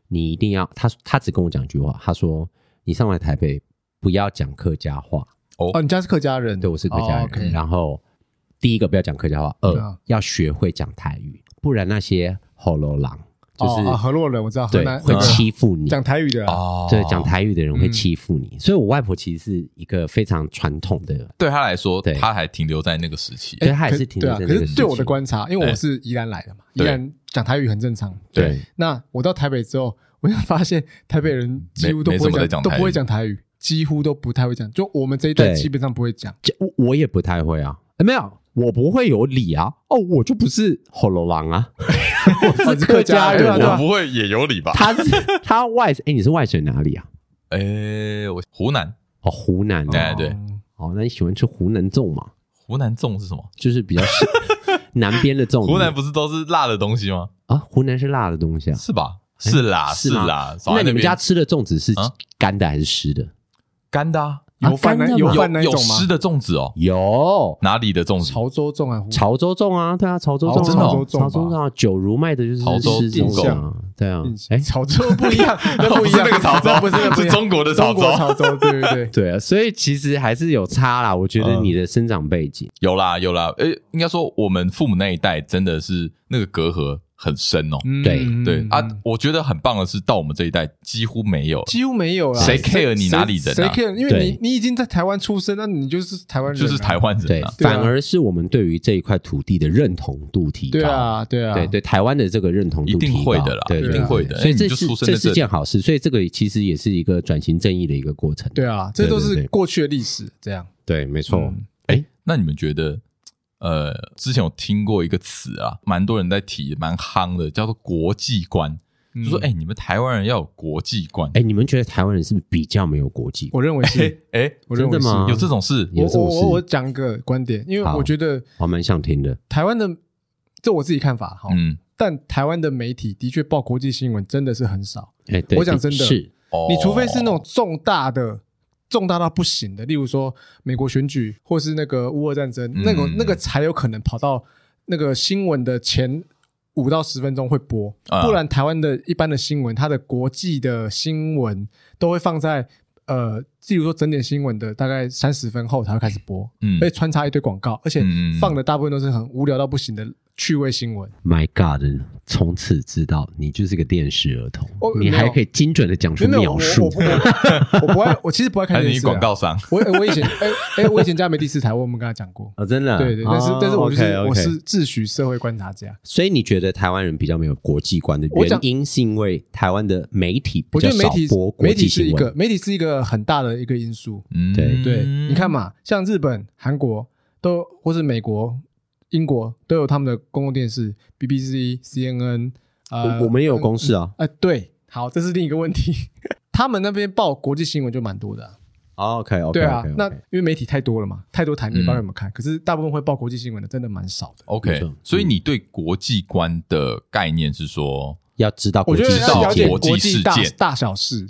你一定要……她她只跟我讲一句话，她说：‘你上来台北不要讲客家话。哦，你家是客家人，’对我是客家人，哦，OK 然后第一个不要讲客家话，对二啊要学会讲台语，不然那些喉咙狼就是、哦啊河洛人，我知道，河对南会那个欺负你。讲台语的啊，哦对，讲台语的人会嗯欺负你，所以我外婆其实是一个非常传统的对他来说对，他还停留在那个时期，哎对他也是停对留啊。在可那个是对我时期的观察，因为我是宜兰来的嘛，宜对兰讲台语很正常。对那我到台北之后，我就发现台北人几乎都没没不怎么会在讲，讲都台语不会讲台语，几乎都不太会讲。就我们这一代对基本上不会讲。这我我也不太会啊，诶没有，我不会有理啊，哦，我就不是吼罗狼啊，我是客家人对啊对啊我啊。不会也有理吧？他 是他外哎，你是外省哪里啊？哎，我湖南，哦，湖南对的。哎对嗯哦，那你喜欢吃湖南粽吗？湖南粽是什么？就是比较 是南边的粽。湖南不是都是辣的东西吗？啊，湖南是辣的东西啊。是吧？哎是啦，是是吗啦。少那在你们边家吃的粽子是啊干的还是湿的？干的啊？有饭那干的有吗有饭那一有种吗？湿的粽子哦？有哪里的粽子？潮州粽啊，潮州粽啊，对啊，潮州哦粽真的哦啊，潮州粽啊，九如卖的就是潮州湿定粽啊，对啊，哎哎，，潮州不一 样，那不一样， 不是那个潮州那不是那不一样是中国的潮州中国潮州，对对对。 对啊，所以其实还是有差啦。我觉得嗯你的生长背景， 有啦有啦，诶，应该说我们父母那一代真的是那个隔阂很深哦。嗯对对啊嗯，我觉得很棒的是，到我们这一代几乎没有，几乎没有啦。谁 care 你哪里人啊谁 care？因为对你你已经在台湾出生，那你就是台湾人啊，就是台湾人对啊，。对啊反而是我们对于这一块土地的认同度提高。对啊，对啊，对对，台湾的这个认同度一定提高会的啦对一对定会对的所以哎这你就是出生这在是这件好事，所以这个其实也是一个转型正义的一个过程。对啊，这都对对是对过去的历史，这样。对，没错嗯。哎，那你们觉得，呃，之前有听过一个词啊，蛮多人在提，蛮夯的，叫做国际观，嗯就说，哎、你们台湾人要有国际观，哎，你们觉得台湾人是不是比较没有国际？我认为哎 是，哎、我认为真是的吗有这种事，有我这我种事我我讲一个观点，因为好我觉得我蛮想听的。台湾的，这我自己看法哈，嗯，但台湾的媒体的确报国际新闻真的是很少，哎，对我讲真的是哦你除非是那种重大的。重大到不行的，例如说美国选举，或是那个乌俄战争，嗯那种那个才有可能跑到那个新闻的前五到十分钟会播，啊不然台湾的一般的新闻，它的国际的新闻都会放在呃，例如说整点新闻的大概三十分后才会开始播，嗯而且穿插一堆广告，而且嗯嗯嗯放的大部分都是很无聊到不行的趣味新闻。 My God！从此知道你就是个电视儿童哦，你没还有可以精准的讲出没有，描我述我。不我我不爱，我其实不爱看还是电你视啊、广告商，我我以前哎哎，我以前家没第四台，我有没有跟他讲过？哦，真的啊对对，但是哦但是我就是 OK，OK 我是自诩社会观察家，所以你觉得台湾人比较没有国际观的我原讲因，是因为台湾的媒体比我觉较得媒少体播国媒体际是一新个闻？媒体是一个很大的一个因素。嗯，对对，你看，嘛，像日本、韩国都或是美国、英国都有他们的公共电视，BBC、CNN 呃，我我们也有公式啊。呃，对，好，这是另一个问题。 他们那边报国际新闻就蛮多的啊、 OK OK，对啊，那因为媒体太多了嘛，太多台面，嗯不知道有没有看。可是大部分会报国际新闻的，真的蛮少的。没 OK，错所以你对国际观的概念是说、要知道国我际觉得事要了解件国际事件大大小事，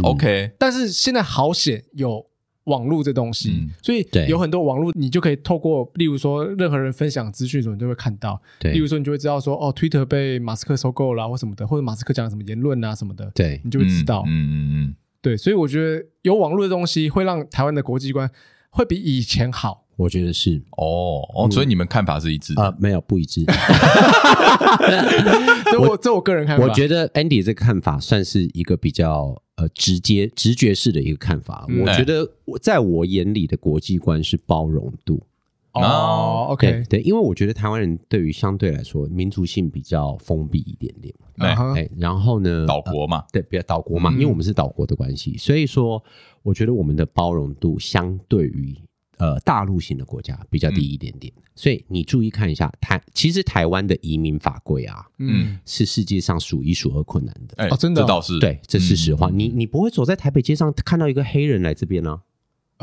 嗯 OK，但是现在好险有网络这东西，嗯所以对有很多网络你就可以透过，例如说任何人分享资讯的时候，你就会看到。对例如说，你就会知道说，哦，Twitter 被马斯克收购了、或什么的，或者马斯克讲了什么言论啊什么的，对你就会知道。嗯嗯嗯对，所以我觉得有网络的东西会让台湾的国际观会比以前好。我觉得是哦哦，嗯所以你们看法是一啊致的，呃没有不 一致。这我这我个人看法，我觉得 Andy 这个看法算是一个比较呃直接直觉式的一个看法。嗯我哎觉得我在我眼里的国际观是包容度。哦，OK，对对，因为我觉得台湾人对于相对来说民族性比较封闭一点点。嗯哼哎，然后呢，岛国嘛，对，比较岛国嘛，嗯因为我们是岛国的关系，所以说我觉得我们的包容度相对于呃大陆型的国家比较嗯低一点点。所以你注意看一下台，其实台湾的移民法规啊，嗯，是世界上数一数二困难的。哎、哦真的哦这倒是对，这是实话。嗯你你不会走在台北街上看到一个黑人来这边呢、你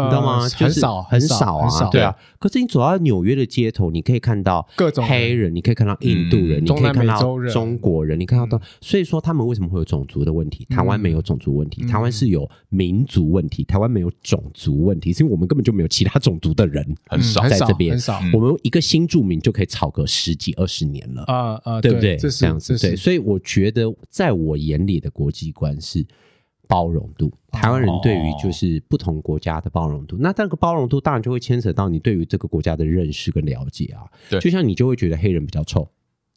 你知道吗？就呃很是少，很少，啊，很少嗯对啊。可是你走到纽约的街头，你可以看到各种人黑人，你可以看到印度人，嗯你可以中看南到美洲人嗯中国人，你看到到。所以说，他们为什么会有种族的问题？台湾没有种族问题，嗯台湾是有民族问题，台湾没有种族问题，是因为我们根本就没有其他种族的人。很少嗯很在这边很少嗯我们一个新住民就可以吵个十几二十年了。啊啊，对不对？这这样是子这对，是所以我觉得在我眼里的国际观是包容度。台湾人对于就是不同国家的包容度，那那个包容度当然就会牵扯到你对于这个国家的认识跟了解啊。对就像你就会觉得黑人比较臭，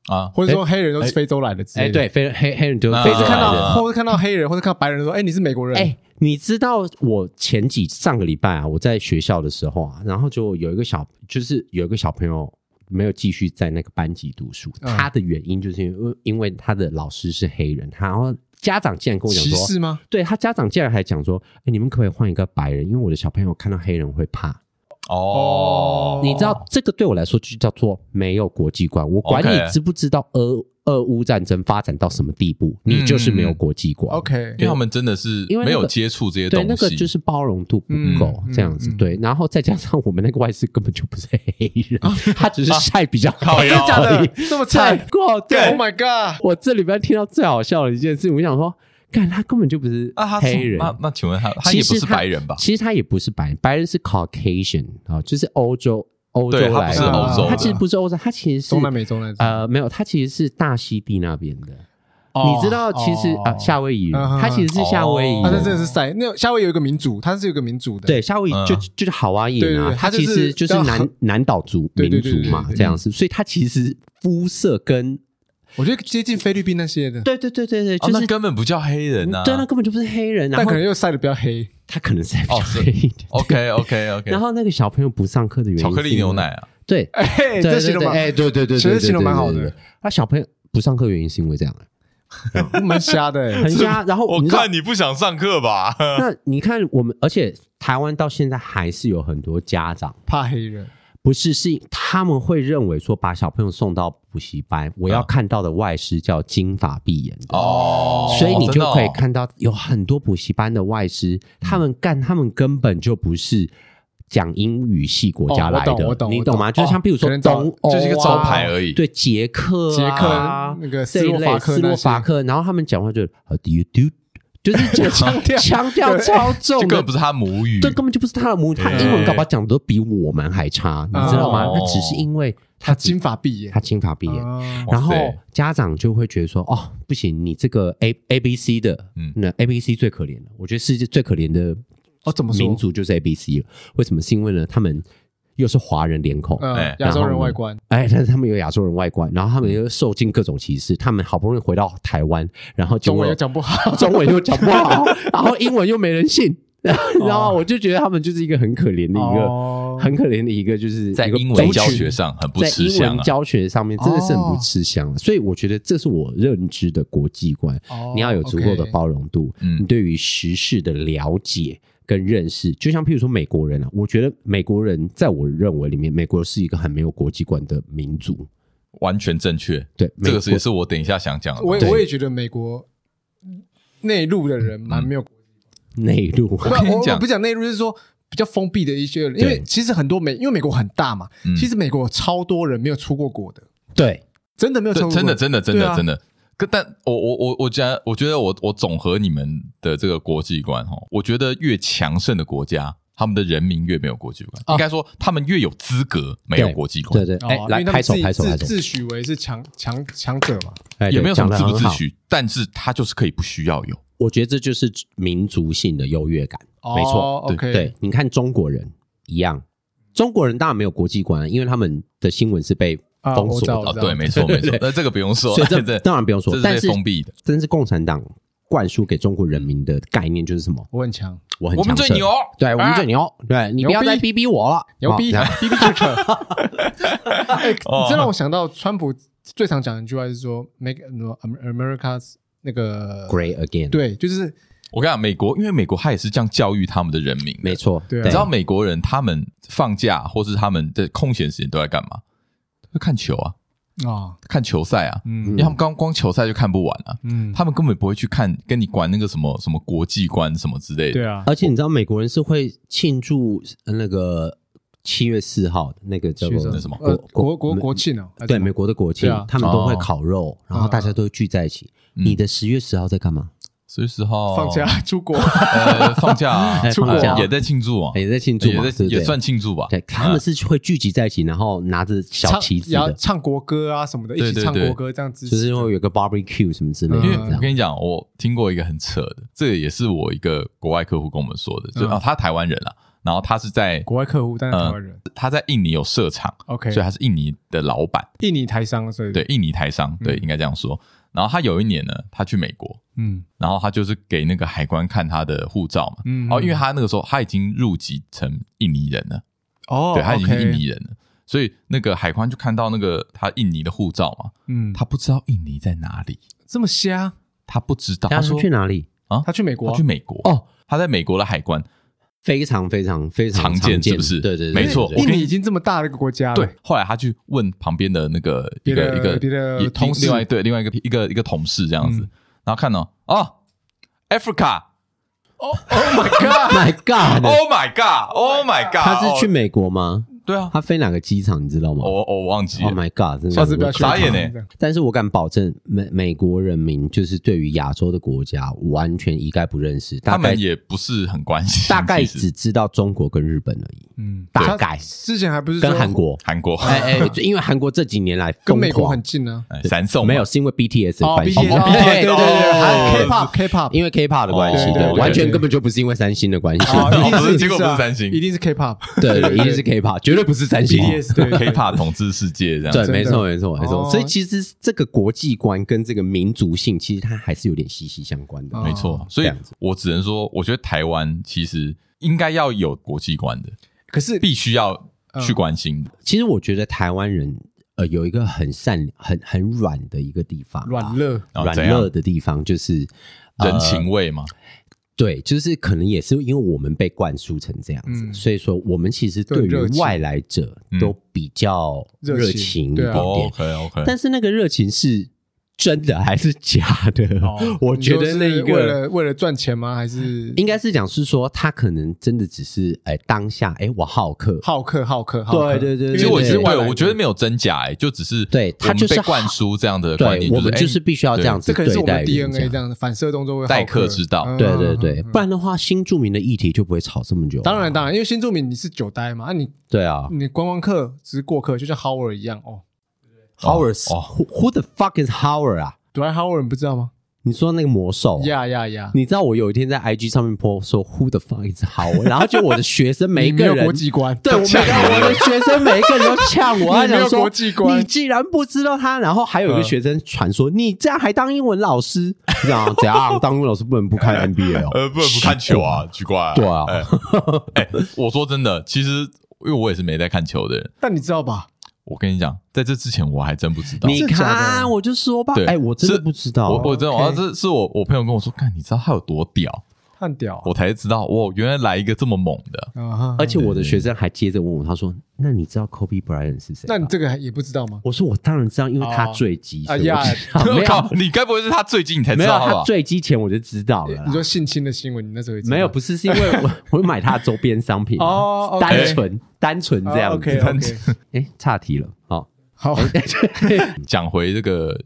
啊，或者说黑人都是非洲来的之类哎，的，对，非黑黑人就啊每非次洲看来啊的。到，或者看到黑人，或者看到白人，说：“哎，你是美国人。”哎，你知道我前几上个礼拜啊，我在学校的时候啊，然后就有一个小，就是有一个小朋友没有继续在那个班级读书，嗯他的原因就是因为因为他的老师是黑人，然后家长竟然跟我讲歧说，视吗？对他家长竟然还讲说：“哎、你们可不可以换一个白人？因为我的小朋友看到黑人会怕。哦哦，你知道这个对我来说就叫做没有国际观。我管 OK 你知不知道俄俄乌战争发展到什么地步，你就是没有国际观。嗯 OK，因为他们真的是因为那个没有接触这些东对，西，那个就是包容度不够、嗯这样嗯子、嗯对，然后再加上我们那个外事根本就不是黑人，他只是晒比较好靠而已、腰真的假的这么晒菜过哎对。 ？Oh my god！我这里边听到最好笑的一件事，我想说，看他根本就不是啊，他是黑人，那那请问他他也其不实是白人吧？其实他也不是白人，白人是 Caucasian 啊、就是欧洲欧洲对他来啊不是欧洲的他其实不是欧洲，他其实是中南美洲那种呃没有，他其实是大溪地那边的。哦你知道，其实哦啊、呃夏威夷人，嗯哼他其实是夏威夷人，啊，那真的是晒。那夏威夷有一个民族，它是有一个民族的。对，夏威夷嗯就就是好哇伊对人对啊对，他他就其是实就是要南很南岛族对民对对族对嘛对，对嗯这样子，所以他其实肤色跟我觉得接近菲律宾那些的，对对对对对，哦，就是嗯那根本不叫黑人啊呐。 对，那根本就不是黑人，然啊但后可能又晒的比较黑。他可能是比较哦是黑一点。 OK OK OK。 然后那个小朋友不上课的原因，巧克力牛奶，啊，对，哎，对这对形容对蛮哎，对对对，其实对形容蛮好的。对对对对他小朋友不上课原因是因为 这样，蛮瞎的很欸。瞎。然后你知道，你不想上课 吧？那你看我们，而且台湾到现在还是有很多家长，怕黑人。不是是他们会认为说，把小朋友送到补习班，我要啊看到的外师叫金发碧眼的。哦，所以你就真的哦可以看到有很多补习班的外师，他们干，他们根本就不是讲英语系国家来哦我的，懂我懂你我懂吗？就哦像比如说可能懂东欧、哦啊，就是一个招牌而已对，捷克、啊、捷克那个这一类斯斯洛洛伐伐克，然后他们讲话就 How do you do？就是这个腔调腔调超这重的，根本不是他母语，这根本就不是他的母语，他对英文搞不好讲的都比我们还差，你知道吗？哦那只是因为他他金金发碧眼他，金发碧眼，啊哇然后塞家长就会觉得说，哦，不行，你这个 A A B C 的，嗯那 A B C 最可怜了。我觉得世界最可怜的哦，怎么说民？族就是 A B C 了。为什么？是因为呢，他们又是华人脸孔，呃哎，亚洲然后人呢外观，哎，但是他们有亚洲人外观，然后他们又受尽各种歧视。他们好不容易回到台湾，然后结中果文又讲不好。 中文又讲不 好，然后英文又没人信，然后然后我就觉得他们就是一个很可怜的一个。哦很可怜的一个，就是在一个英文族教群学上很不在吃英香文啊。教学上面真的是很哦不吃香啊、所以我觉得这是我认知的国际观，哦 你要有足够的 OK 包容度，嗯你对于时事的了解跟认识，就像譬如说美国人啊，我觉得美国人在我认为里面，美国是一个很没有国际观的民族，完全正确，对，这美个国是也是我等一下想讲的。我也对我也觉得美国内陆的人嗯蛮没有，内 陆不我跟你我我讲不讲内陆，就是说比较封闭的一些人，因为对其实很多美，因为美国很大嘛，嗯其实美国有超多人没有出过国的，对，真的没有出对过，国，真的，真的，真对的，啊真的。可但我我我我觉得，我觉得我我总和你们的这个国际观哈，我觉得越强盛的国家，他们的人民越没有国际观，应该说他们越有资格没有啊对国际观对，对，哎、哦，因来为他拍们手自己拍手自拍手，自诩为是强强强者嘛，哎也对没有什讲么得自不很自好取，但是他就是可以不需要有。我觉得这就是民族性的优越感，哦没错， ，OK，对，你看中国人一样，中国人当然没有国际观，因为他们的新闻是被啊封我锁知道的，哦，知道对，没 错，没错对。那这个不用说，所以对这当然不用 说这。但是是被封闭的。但是共产党灌输给中国人民的概念就是什么？我很强，我很我们强最盛牛，对我们最啊牛，对你不要牛逼再逼逼我了，哦牛逼好这样逼逼就 扯。哎哦这让我想到川普最常讲的一句话是说 “Make America's 那个 Great again，，对，就是我跟你讲，美国因为美国他也是这样教育他们的人民的，没错，对啊你知道美国人他们放假或是他们的空闲时间都在干嘛？就看球啊，啊，看球赛啊，因嗯为他们刚光球赛就看不完啊，嗯，他们根本不会去看跟你管那个什么什么国际观什么之类的。对啊，而且你知道美国人是会庆祝呃那个七月四号那个叫去做什么什么呃国国国美国庆啊，还是对什么美国的国庆对啊，他们都会哦烤肉，然后大家都会聚在一起。嗯你的十月十号在干嘛？所以十号放假，出国，呃，放假啊哎 出国放假也在庆祝啊，哦也在庆祝嘛也对在不对也算庆祝吧。对，他们是会聚集在一起，然后拿着小唱旗子也要的，唱国歌啊什么的，一对起对唱对国歌这样子，就是会有个 barbecue 什么之类的因嗯为这我样。跟你讲，我听过一个很扯的，这个也是我一个国外客户跟我们说的，就嗯啊，他台湾人啊，然后他是在国外客户，但是台湾人他在印尼有设厂， ，OK，嗯所以他是印尼的老板，印尼台商，所以对，，印尼台商，对，嗯应该这样说。然后他有一年呢，他去美国，嗯然后他就是给那个海关看他的护照嘛，嗯，然哦后因为他那个时候他已经入籍成印尼人了。哦，对他已经是印 OK 尼人了，所以那个海关就看到那个他印尼的护照嘛，嗯，他他不知道印尼在哪里，这么瞎，他不知道，大家说去哪里？啊，他去美他国，去美国哦，他在美国的海关，非常非常非常常见是不是对对，对没错 Oh 对印对我跟尼你已经这么大的一个国啊家了，对，后来他去问旁边的那个一别个的一个别的也同事另外对另外一个一个一个同事这样子嗯，然后看到啊，Africa，Oh ，Oh my God， My God，Oh my God，Oh my God，他是去哦美国吗？对啊，他飞哪个机场你知道吗我？Oh 我忘记 my 了， God，真的下次不要去傻眼欸欸但是我敢保证，美美国人民就是对于亚洲的国家完全一概不认识，他大概们也不是很关心，大概其实只知道中国跟日本而已，嗯，大概之前还不是跟说韩国。韩国 哎哎，因为韩国这几年来跟疯美国狂很，近呢，哎闪送嘛没有是因为 BTS 的哦关系， ，BTS，哦哦，BTS，对对对哦对还有哦，K-pop K-pop，因为 K-pop 的关系，哦对对对，对完全对根本就不是因为三星的关系，哦一哦定不是是结果一定不是三星一定是 K-pop， 对，对一定是 K-pop，绝对不是三星。 BTS 对哦 K-pop 统治世界这样对，子，真的没错，没错，没错。哦所以其实这个国际观跟这个民族性，其实它还是有点息息相关的。哦没错哦，所这以样子我只能说，我觉得台湾其实应该要有国际观的，可是必须要嗯去关心的。其实我觉得台湾人呃有一个很善、很很软的一个地方啊，软肋然后软哦怎样热的地方就是呃人情味嘛，对，就是可能也是因为我们被灌输成这样子，嗯所以说我们其实对对热于情外来者嗯哦都比较热情热情一对点啊呃点。 OK OK，但是那个热情是真的还是假的？哦 我觉你得说那一是为个了为了赚钱吗？还是应该是讲是说他可能真的只是哎、当下哎、我好客，好客好客？好客对对对其实我因为你是是对外对来的我觉得没有真假，哎，就只是对我他们就是被灌输这样的观对念，我们就是哎必须要这样子这可能是对我待们人家 DNA 这样的反射动作会好待客之道嗯对对对，嗯不然的话新著名的议题就不会吵这么久啊、当然当然，因为新住民你是久待嘛，啊你对啊你观光客只是过客，就像 Howard 一样哦。啊，Howard、s 哦 who, who the fuck is Howard 啊？ d w y Howard 你不知道吗？你说那个魔兽啊、呀呀呀！你知道我有一天在 IG 上面 po 说 Who the fuck is Howard，然后就我的学生每一你没个有人国籍观，对，我都呛每你个我的学生每一个人都呛我，他你没想有说国际观你既然不知道他，然后还有一个嗯学生传说、你这样还当英文老师，这样怎样？当英文老师不能不 看 NBA 哦？呃，不不看球 啊，奇怪啊，对啊哎，哎我说真的，其实因为我也是没在看球的人，但你知道吧？我跟你讲，在这之前我还真不知道。你哦真的假看，的我就说吧对，哎，我真的是不知道，我我真的， OK 我是是我我朋友跟我说，看你知道他有多屌，很屌啊我才知道，哇，原来来一个这么猛的，啊哈！而且我的学生还接着问我，他说：“那你知道 Kobe Bryant 是谁吗？”那你这个还也不知道吗？我说我当然知道，因为他哦坠机，啊所以我呀知道 没 我靠有，你该不会是他最近你才没知有，啊道吧啊他？坠机前我就知道了啦。你说性侵的新闻，你那时候也知道没有，不是，是因为我我买他的周边商品啊，哦，OK 哦单纯单纯这样子。 OK OK，哎，岔题了，好，好，讲回这个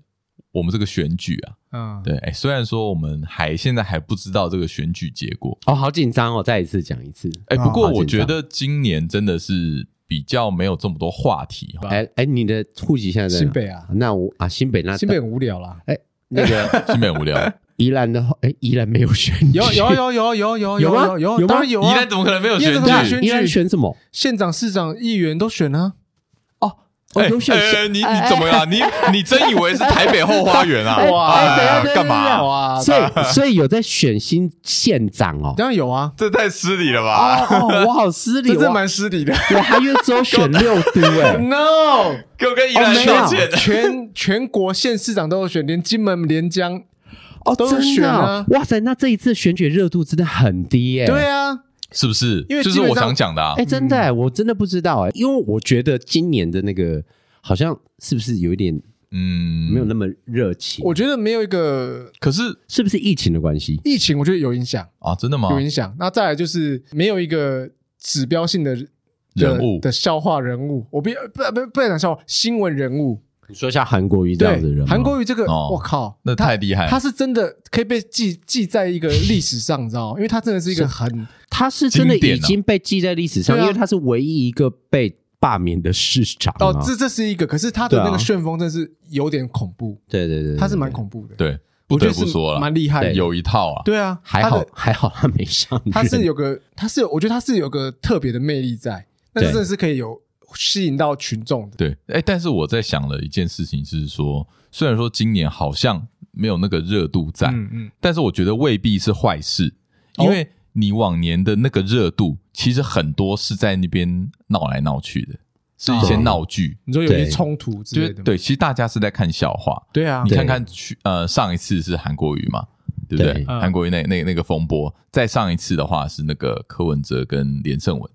我们这个选举啊， 嗯，对，哎，虽然说我们还现在还不知道这个选举结果，哦，好紧张哦，再一次讲一次。哎，不过啊好我觉紧张得今年真的是比较没有这么多话题哈。哎哎，你的户籍现在在哪新北啊那我啊新北那新北很无聊啦。那 个基本无聊，宜兰的话，哎宜兰没有选举，有有有有有有有吗有有有吗当然有宜啊！兰怎么可能没有选你对啊举选？宜兰选什么？县长、市长、议员都选啊，哦哎有选哎哎你哎你怎么了？你你真以为是台北后花园啊？哎哎等一下哎等一下干嘛等一下啊？哇， 所以所以有在选新县 长哦。当然有啊，这太失礼了哦吧！哦，我好失这礼，真的我蛮失礼的。我还以为只有选六都 哎。 No，给我跟宜哦兰没有道歉。全全国县市长都有选，连金门、连江，哦，都真选的啊哦，哇塞！那这一次选举热度真的很低耶。对啊，是不是？因为就基是本上嗯我想讲的啊哎哎、，真的、哎，我真的不知道哎、因为我觉得今年的那个好像是不是有一点嗯，没有那么热情？我觉得没有一个可是是不是疫情的关系？疫情，我觉得有影响，啊，真的吗？有影响。那再来就是没有一个指标性的的人物的笑话人物，我不不不不能讲笑话，新闻人物。你说像韩国瑜这样子的人啊对，吗，韩国瑜这个，哦哎我靠，那太厉害了他，是真的可以被记记在一个历史上，你知道吗？因为他真的是一个很他是真的经典已啊经被记在历史上，对啊因为他是唯一一个被罢免的市长啊。哦，这这是一个，可是他的那个对啊旋风真是有点恐怖，对对对对，他是蛮对恐怖的，对，不我觉得得不是说了，蛮厉害的，有一套啊，对啊，还他的好还好他没上任，他是有个，他是有我觉得他是有个特别的魅力在，但是对真的是可以有吸引到群众的。对，哎，但是我在想了一件事情是说，虽然说今年好像没有那个热度在，嗯嗯，但是我觉得未必是坏事，哦因为你往年的那个热度，其实很多是在那边闹来闹去的，是一些对闹剧，你说有一些对冲突哦之就类是的吗，对，其实大家是在看笑话，对啊你，对看看去呃上一次是韩国瑜嘛，对不对对？嗯韩国瑜那那那个风波，再上一次的话是那个柯文哲跟连胜文，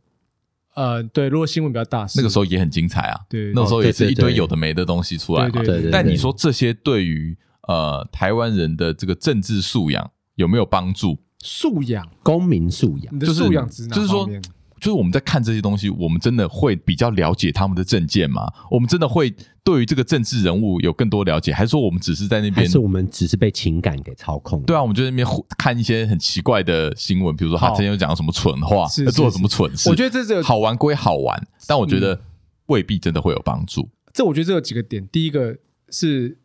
呃，对，如果新闻比较大，那个时候候也很精彩啊，哦对那时候也是一对对堆对有的没的东西出来对嘛对。对对但你说这些对于呃台湾人的这个政治素养有没有帮助？素养，公民素养你的就是素养值哪就是说方面就是我们在看这些东西，我们真的会比较了解他们的政见吗？我们真的会对于这个政治人物有更多了解，还是说我们只是在那还边是我们只是被情感给操控？对啊，我们就在那边胡看一些很奇怪的新闻，比如说他好之前有讲什么蠢话，是他 做了是什么蠢事。我觉得嗯这是有好玩归好玩，但我觉得未必真的会有帮助。这我觉得这有几个点，第一个是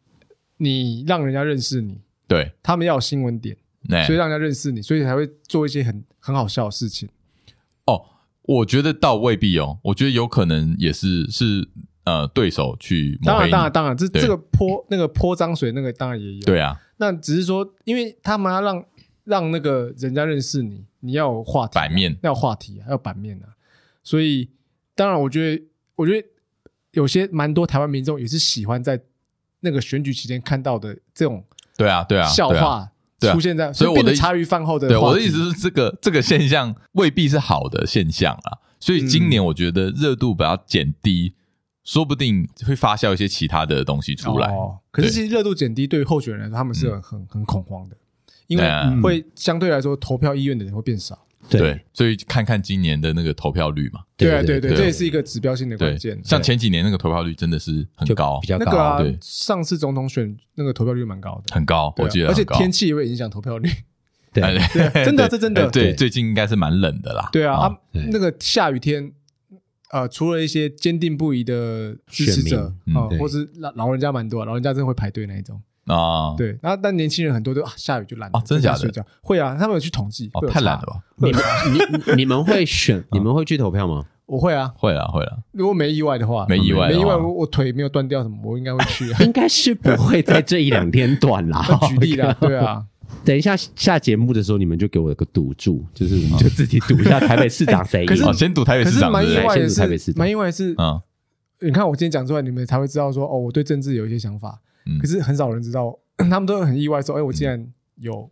你让人家认识你，对，他们要有新闻点，哎所以让人家认识你，所以才会做一些很很好笑的事情。哦，我觉得倒未必哦，我觉得有可能也是是呃对手去抹当黑然，你当然，当然，这对这个泼那个泼脏水那个当然也有，对啊，那只是说，因为他们要让让那个人家认识你，你要有话题啊、版面要有话题、啊，要有版面啊。所以，当然，我觉得，我觉得有些蛮多台湾民众也是喜欢在那个选举期间看到的这种对啊，对啊，笑对啊。话对啊出现在，所以我的变得意茶余饭后的对话我的题意思是，这个这个现象未必是好的现象啊，所以今嗯年我觉得热度把它减低，说不定会发酵一些其他的东西出来。哦。可是对嗯其实热度减低，对于候选人来说，他们是很很、很恐慌的，因为对啊会相对来说投票意愿的人会变少。对，所以看看今年的那个投票率嘛。对啊，对对对，对这也是一个指标性的对关键，。像对前几年那个投票率真的是很就高比，较那个高。啊对，上次总统选那个投票率蛮高的，很高，对啊我记得而且很高。天气也会影响投票率。 哎 对，对真的这真的哎对，对最近应该是蛮冷的啦。对啊，啊对那个下雨天，呃，除了一些坚定不移的支持者选民嗯啊，对或是老老人家蛮多啊，老人家真的会排队那一种。啊，对，然后但年轻人很多都啊，下雨就懒啊真的假的在家睡觉会啊，他们有去统计，哦，会有太差懒了。吧？你们你你们会 选？你们会去投票吗？我会啊，会啦，会啦，如果没意外的话，没意外的话没意外，我我腿没有断掉什么，我应该会 去 啊。。应该是不会在这一两天短 啦举例 啦，哦对啊，哦等一下下节目的时候，你们就给我个赌注，就是我们就自己赌一下台北市长谁赢。可是哦，先赌台北可市是长蛮对不意对对外的先是台北市是，长蛮意外的是，嗯，你看我今天讲出来，你们才会知道说哦，我对政治有一些想法。嗯可是很少人知道，他们都很意外说，哎，我竟然有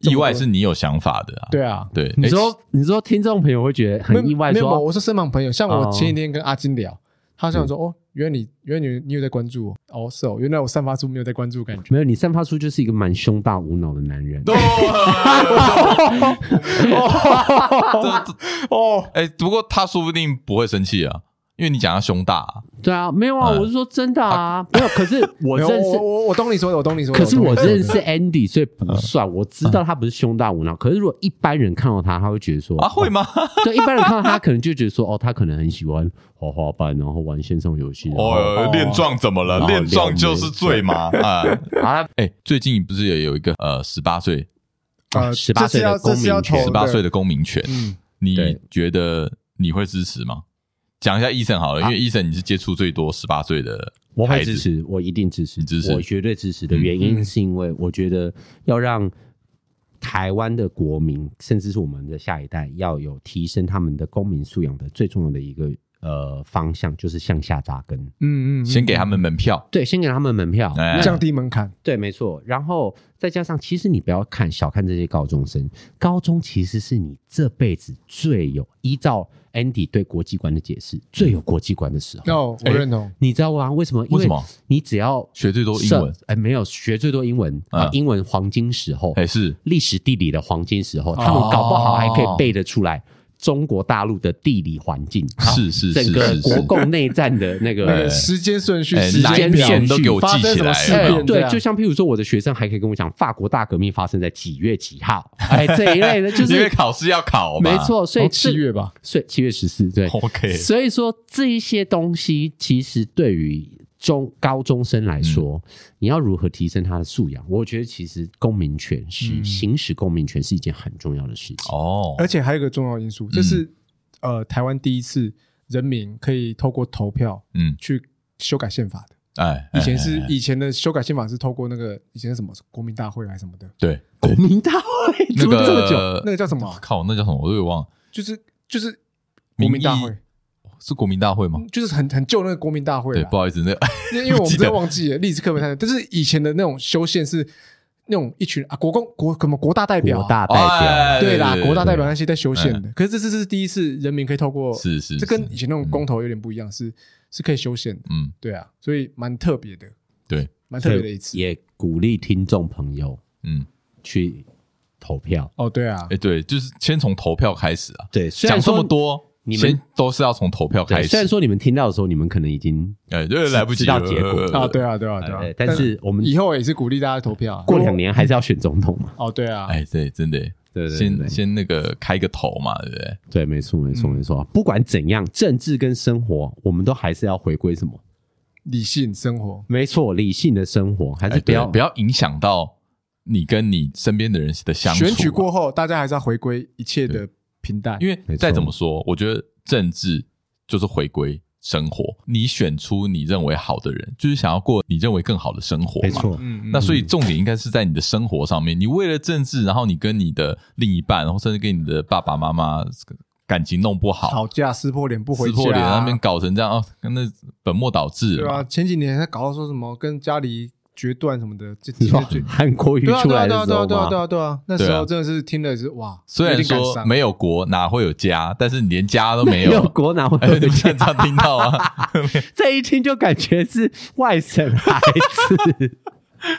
这么多意外是你有想法的啊。对啊，对，你哎 说你说听众朋友会觉得嗯啊很没意外，没有，说我是身旁朋友，像我哦嗯前几天跟阿金聊，他想说哦，原来你原来你你有在关注我，哦是哦，原来我散发出没有在关注的感觉。没有，你散发出就是一个蛮胸大无脑的男人。哦，哎，不过他说不定不会生气啊，因为你讲他胸大啊，对啊，没有啊，嗯我是说真的啊， 没有。可是我没有认我识，我我懂你说的，我懂你说的。可是懂我你说的认识 Andy，所以不算。我知道他不是胸大无脑，可是如果一般人看到他，他会觉得说啊会？吗？哦对，一般人看到他，可能就觉得说，哦，他可能很喜欢滑滑板，然后玩线上游戏。然后 哦，练壮怎么了？哦练壮就是罪嘛 啊！啊，哎，最近不是也有一个呃十八岁呃， 18这是岁的要这是要公民权投十八的岁的公民权，嗯，你对觉得你会支持吗？讲一下医生好了，啊因为医生你是接触最多十八岁的我孩会子支持，我一定支持，你支持我绝对支持的原因嗯是因为我觉得要让台湾的国民，甚至是我们的下一代，要有提升他们的公民素养的最重要的一个呃方向，就是向下扎根。嗯嗯，嗯先给他们门票，对，先给他们门票，哎降低门槛，对，没错。然后再加上，其实你不要看小看这些高中生，高中其实是你这辈子最有依照 Andy 对国际观的解释，最有国际观的时候。那哦我我认同。你知道吗？为什么？因嗯为什么？你只要学最多英社文，，哎，没有学最多英文啊嗯，英文黄金时候，哎是历史地理的黄金时候，他们搞不好还可以背得出来中国大陆的地理环境，是是是整个是国是，共内战的 那那个个时间顺序、哎时哪间一表篇都给我发记生起什么来事有没有变这对样，就像譬如说，我的学生还可以跟我讲法国大革命发生在几月几号，哎，这一类的，就因为是考试要考嘛，没错，所以哦七这，月吧，所以七月十四，对， ，OK，所以说这一些东西其实对于中高中生来说，你要如何提升他的素养？我觉得其实公民权是、嗯行使公民权是一件很重要的事情。哦，嗯而且还有一个重要因素，就是、呃，台湾第一次人民可以透过投票嗯，去修改宪法的。哎，以前哎是哎哎以前的修改宪法是透过那个以前是什么国民大会还是什么的，对国民大会那怎么这么久？个那个叫什么啊？靠，那叫什么？我都给忘了，就是就是国民大会民，是国民大会吗？就是很很旧那个国民大会啊对，啦不好意思，那个因为因为不我们记真得的忘记了历史课本上的，但是以前的那种修宪是那种一群啊国共国什么国大代表啊、国大代表哎对啦，对对嗯国大代表那些在修宪的，可是这次是第一次人民可以透过，是是，这跟是以前那种公投有点不一样，是是可以修宪的，嗯，对啊，所以蛮特别的，对，蛮特别的一次。也鼓励听众朋友嗯，去投票。哦，对啊，哎，对，就是先从投票开始啊，对，虽讲然这说么多，你们先都是要从投票对，开虽然始，说你们听到的时候，你们可能已经哎，对，来不及知道了结果啊，对，啊，对啊，对呃啊，但是我们以后也是鼓励大家投票啊，过两年还是要选总统嘛。哦，对啊，哎，对，真的，对对对先先那个开个头嘛，对不对？对，没错，没错，嗯没错。不管怎样，政治跟生活，我们都还是要回归什么？理性生活，没错，理性的生活还哎是不对要、不要影响到你跟你身边的人的相处啊。选举过后，大家还是要回归一切的平淡，因为为没错再怎么说，我觉得政治就是回归生活，你选出你认为好的人，就是想要过你认为更好的生活没嘛。错，嗯，那所以重点应该是在你的生活上面。你为了政治，然后你跟你的另一半，然后甚至跟你的爸爸妈妈感情弄不好，吵架撕破脸不回撕家，破脸那边搞成这样，哦，那本末倒置对了嘛。啊，前几年还搞到说什么跟家里决断什么的，这你这说 最韩国瑜对啊，出对啊，来对的啊，时对候啊，对啊，吗对？啊，对啊，那时对啊候真的是听了也是哇，虽有然点感说伤没有国哪会有家，但是你连家都没有，没有国哪会哎你有们家常？常听到啊， 这一听就感觉是外省孩子，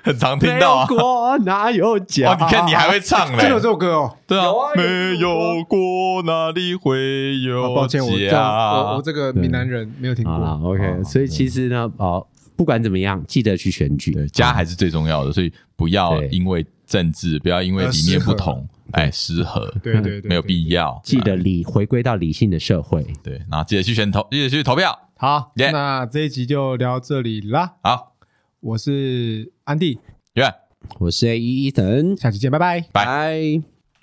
很常听没到有啊。哦国哪有家？哇，你看你还会唱嘞，真的有 这首歌哦。对啊有啊，没有过哪里会有啊抱歉，我这家我我这个闽南人没有听好啦过。哦，OK。所以其实呢，哦，不管怎么样，记得去选举。对家还是最重要的，所以不要对因为政治，不要因为理念不同，哎，失和，对对对，没有对必要。啊记得理回归到理性的社会。对，然后记得去选投，记得去投票。好， Yeah 那这一集就聊这里啦。好，我是安迪，圆。我是 A 一等，下期见，拜拜。拜拜。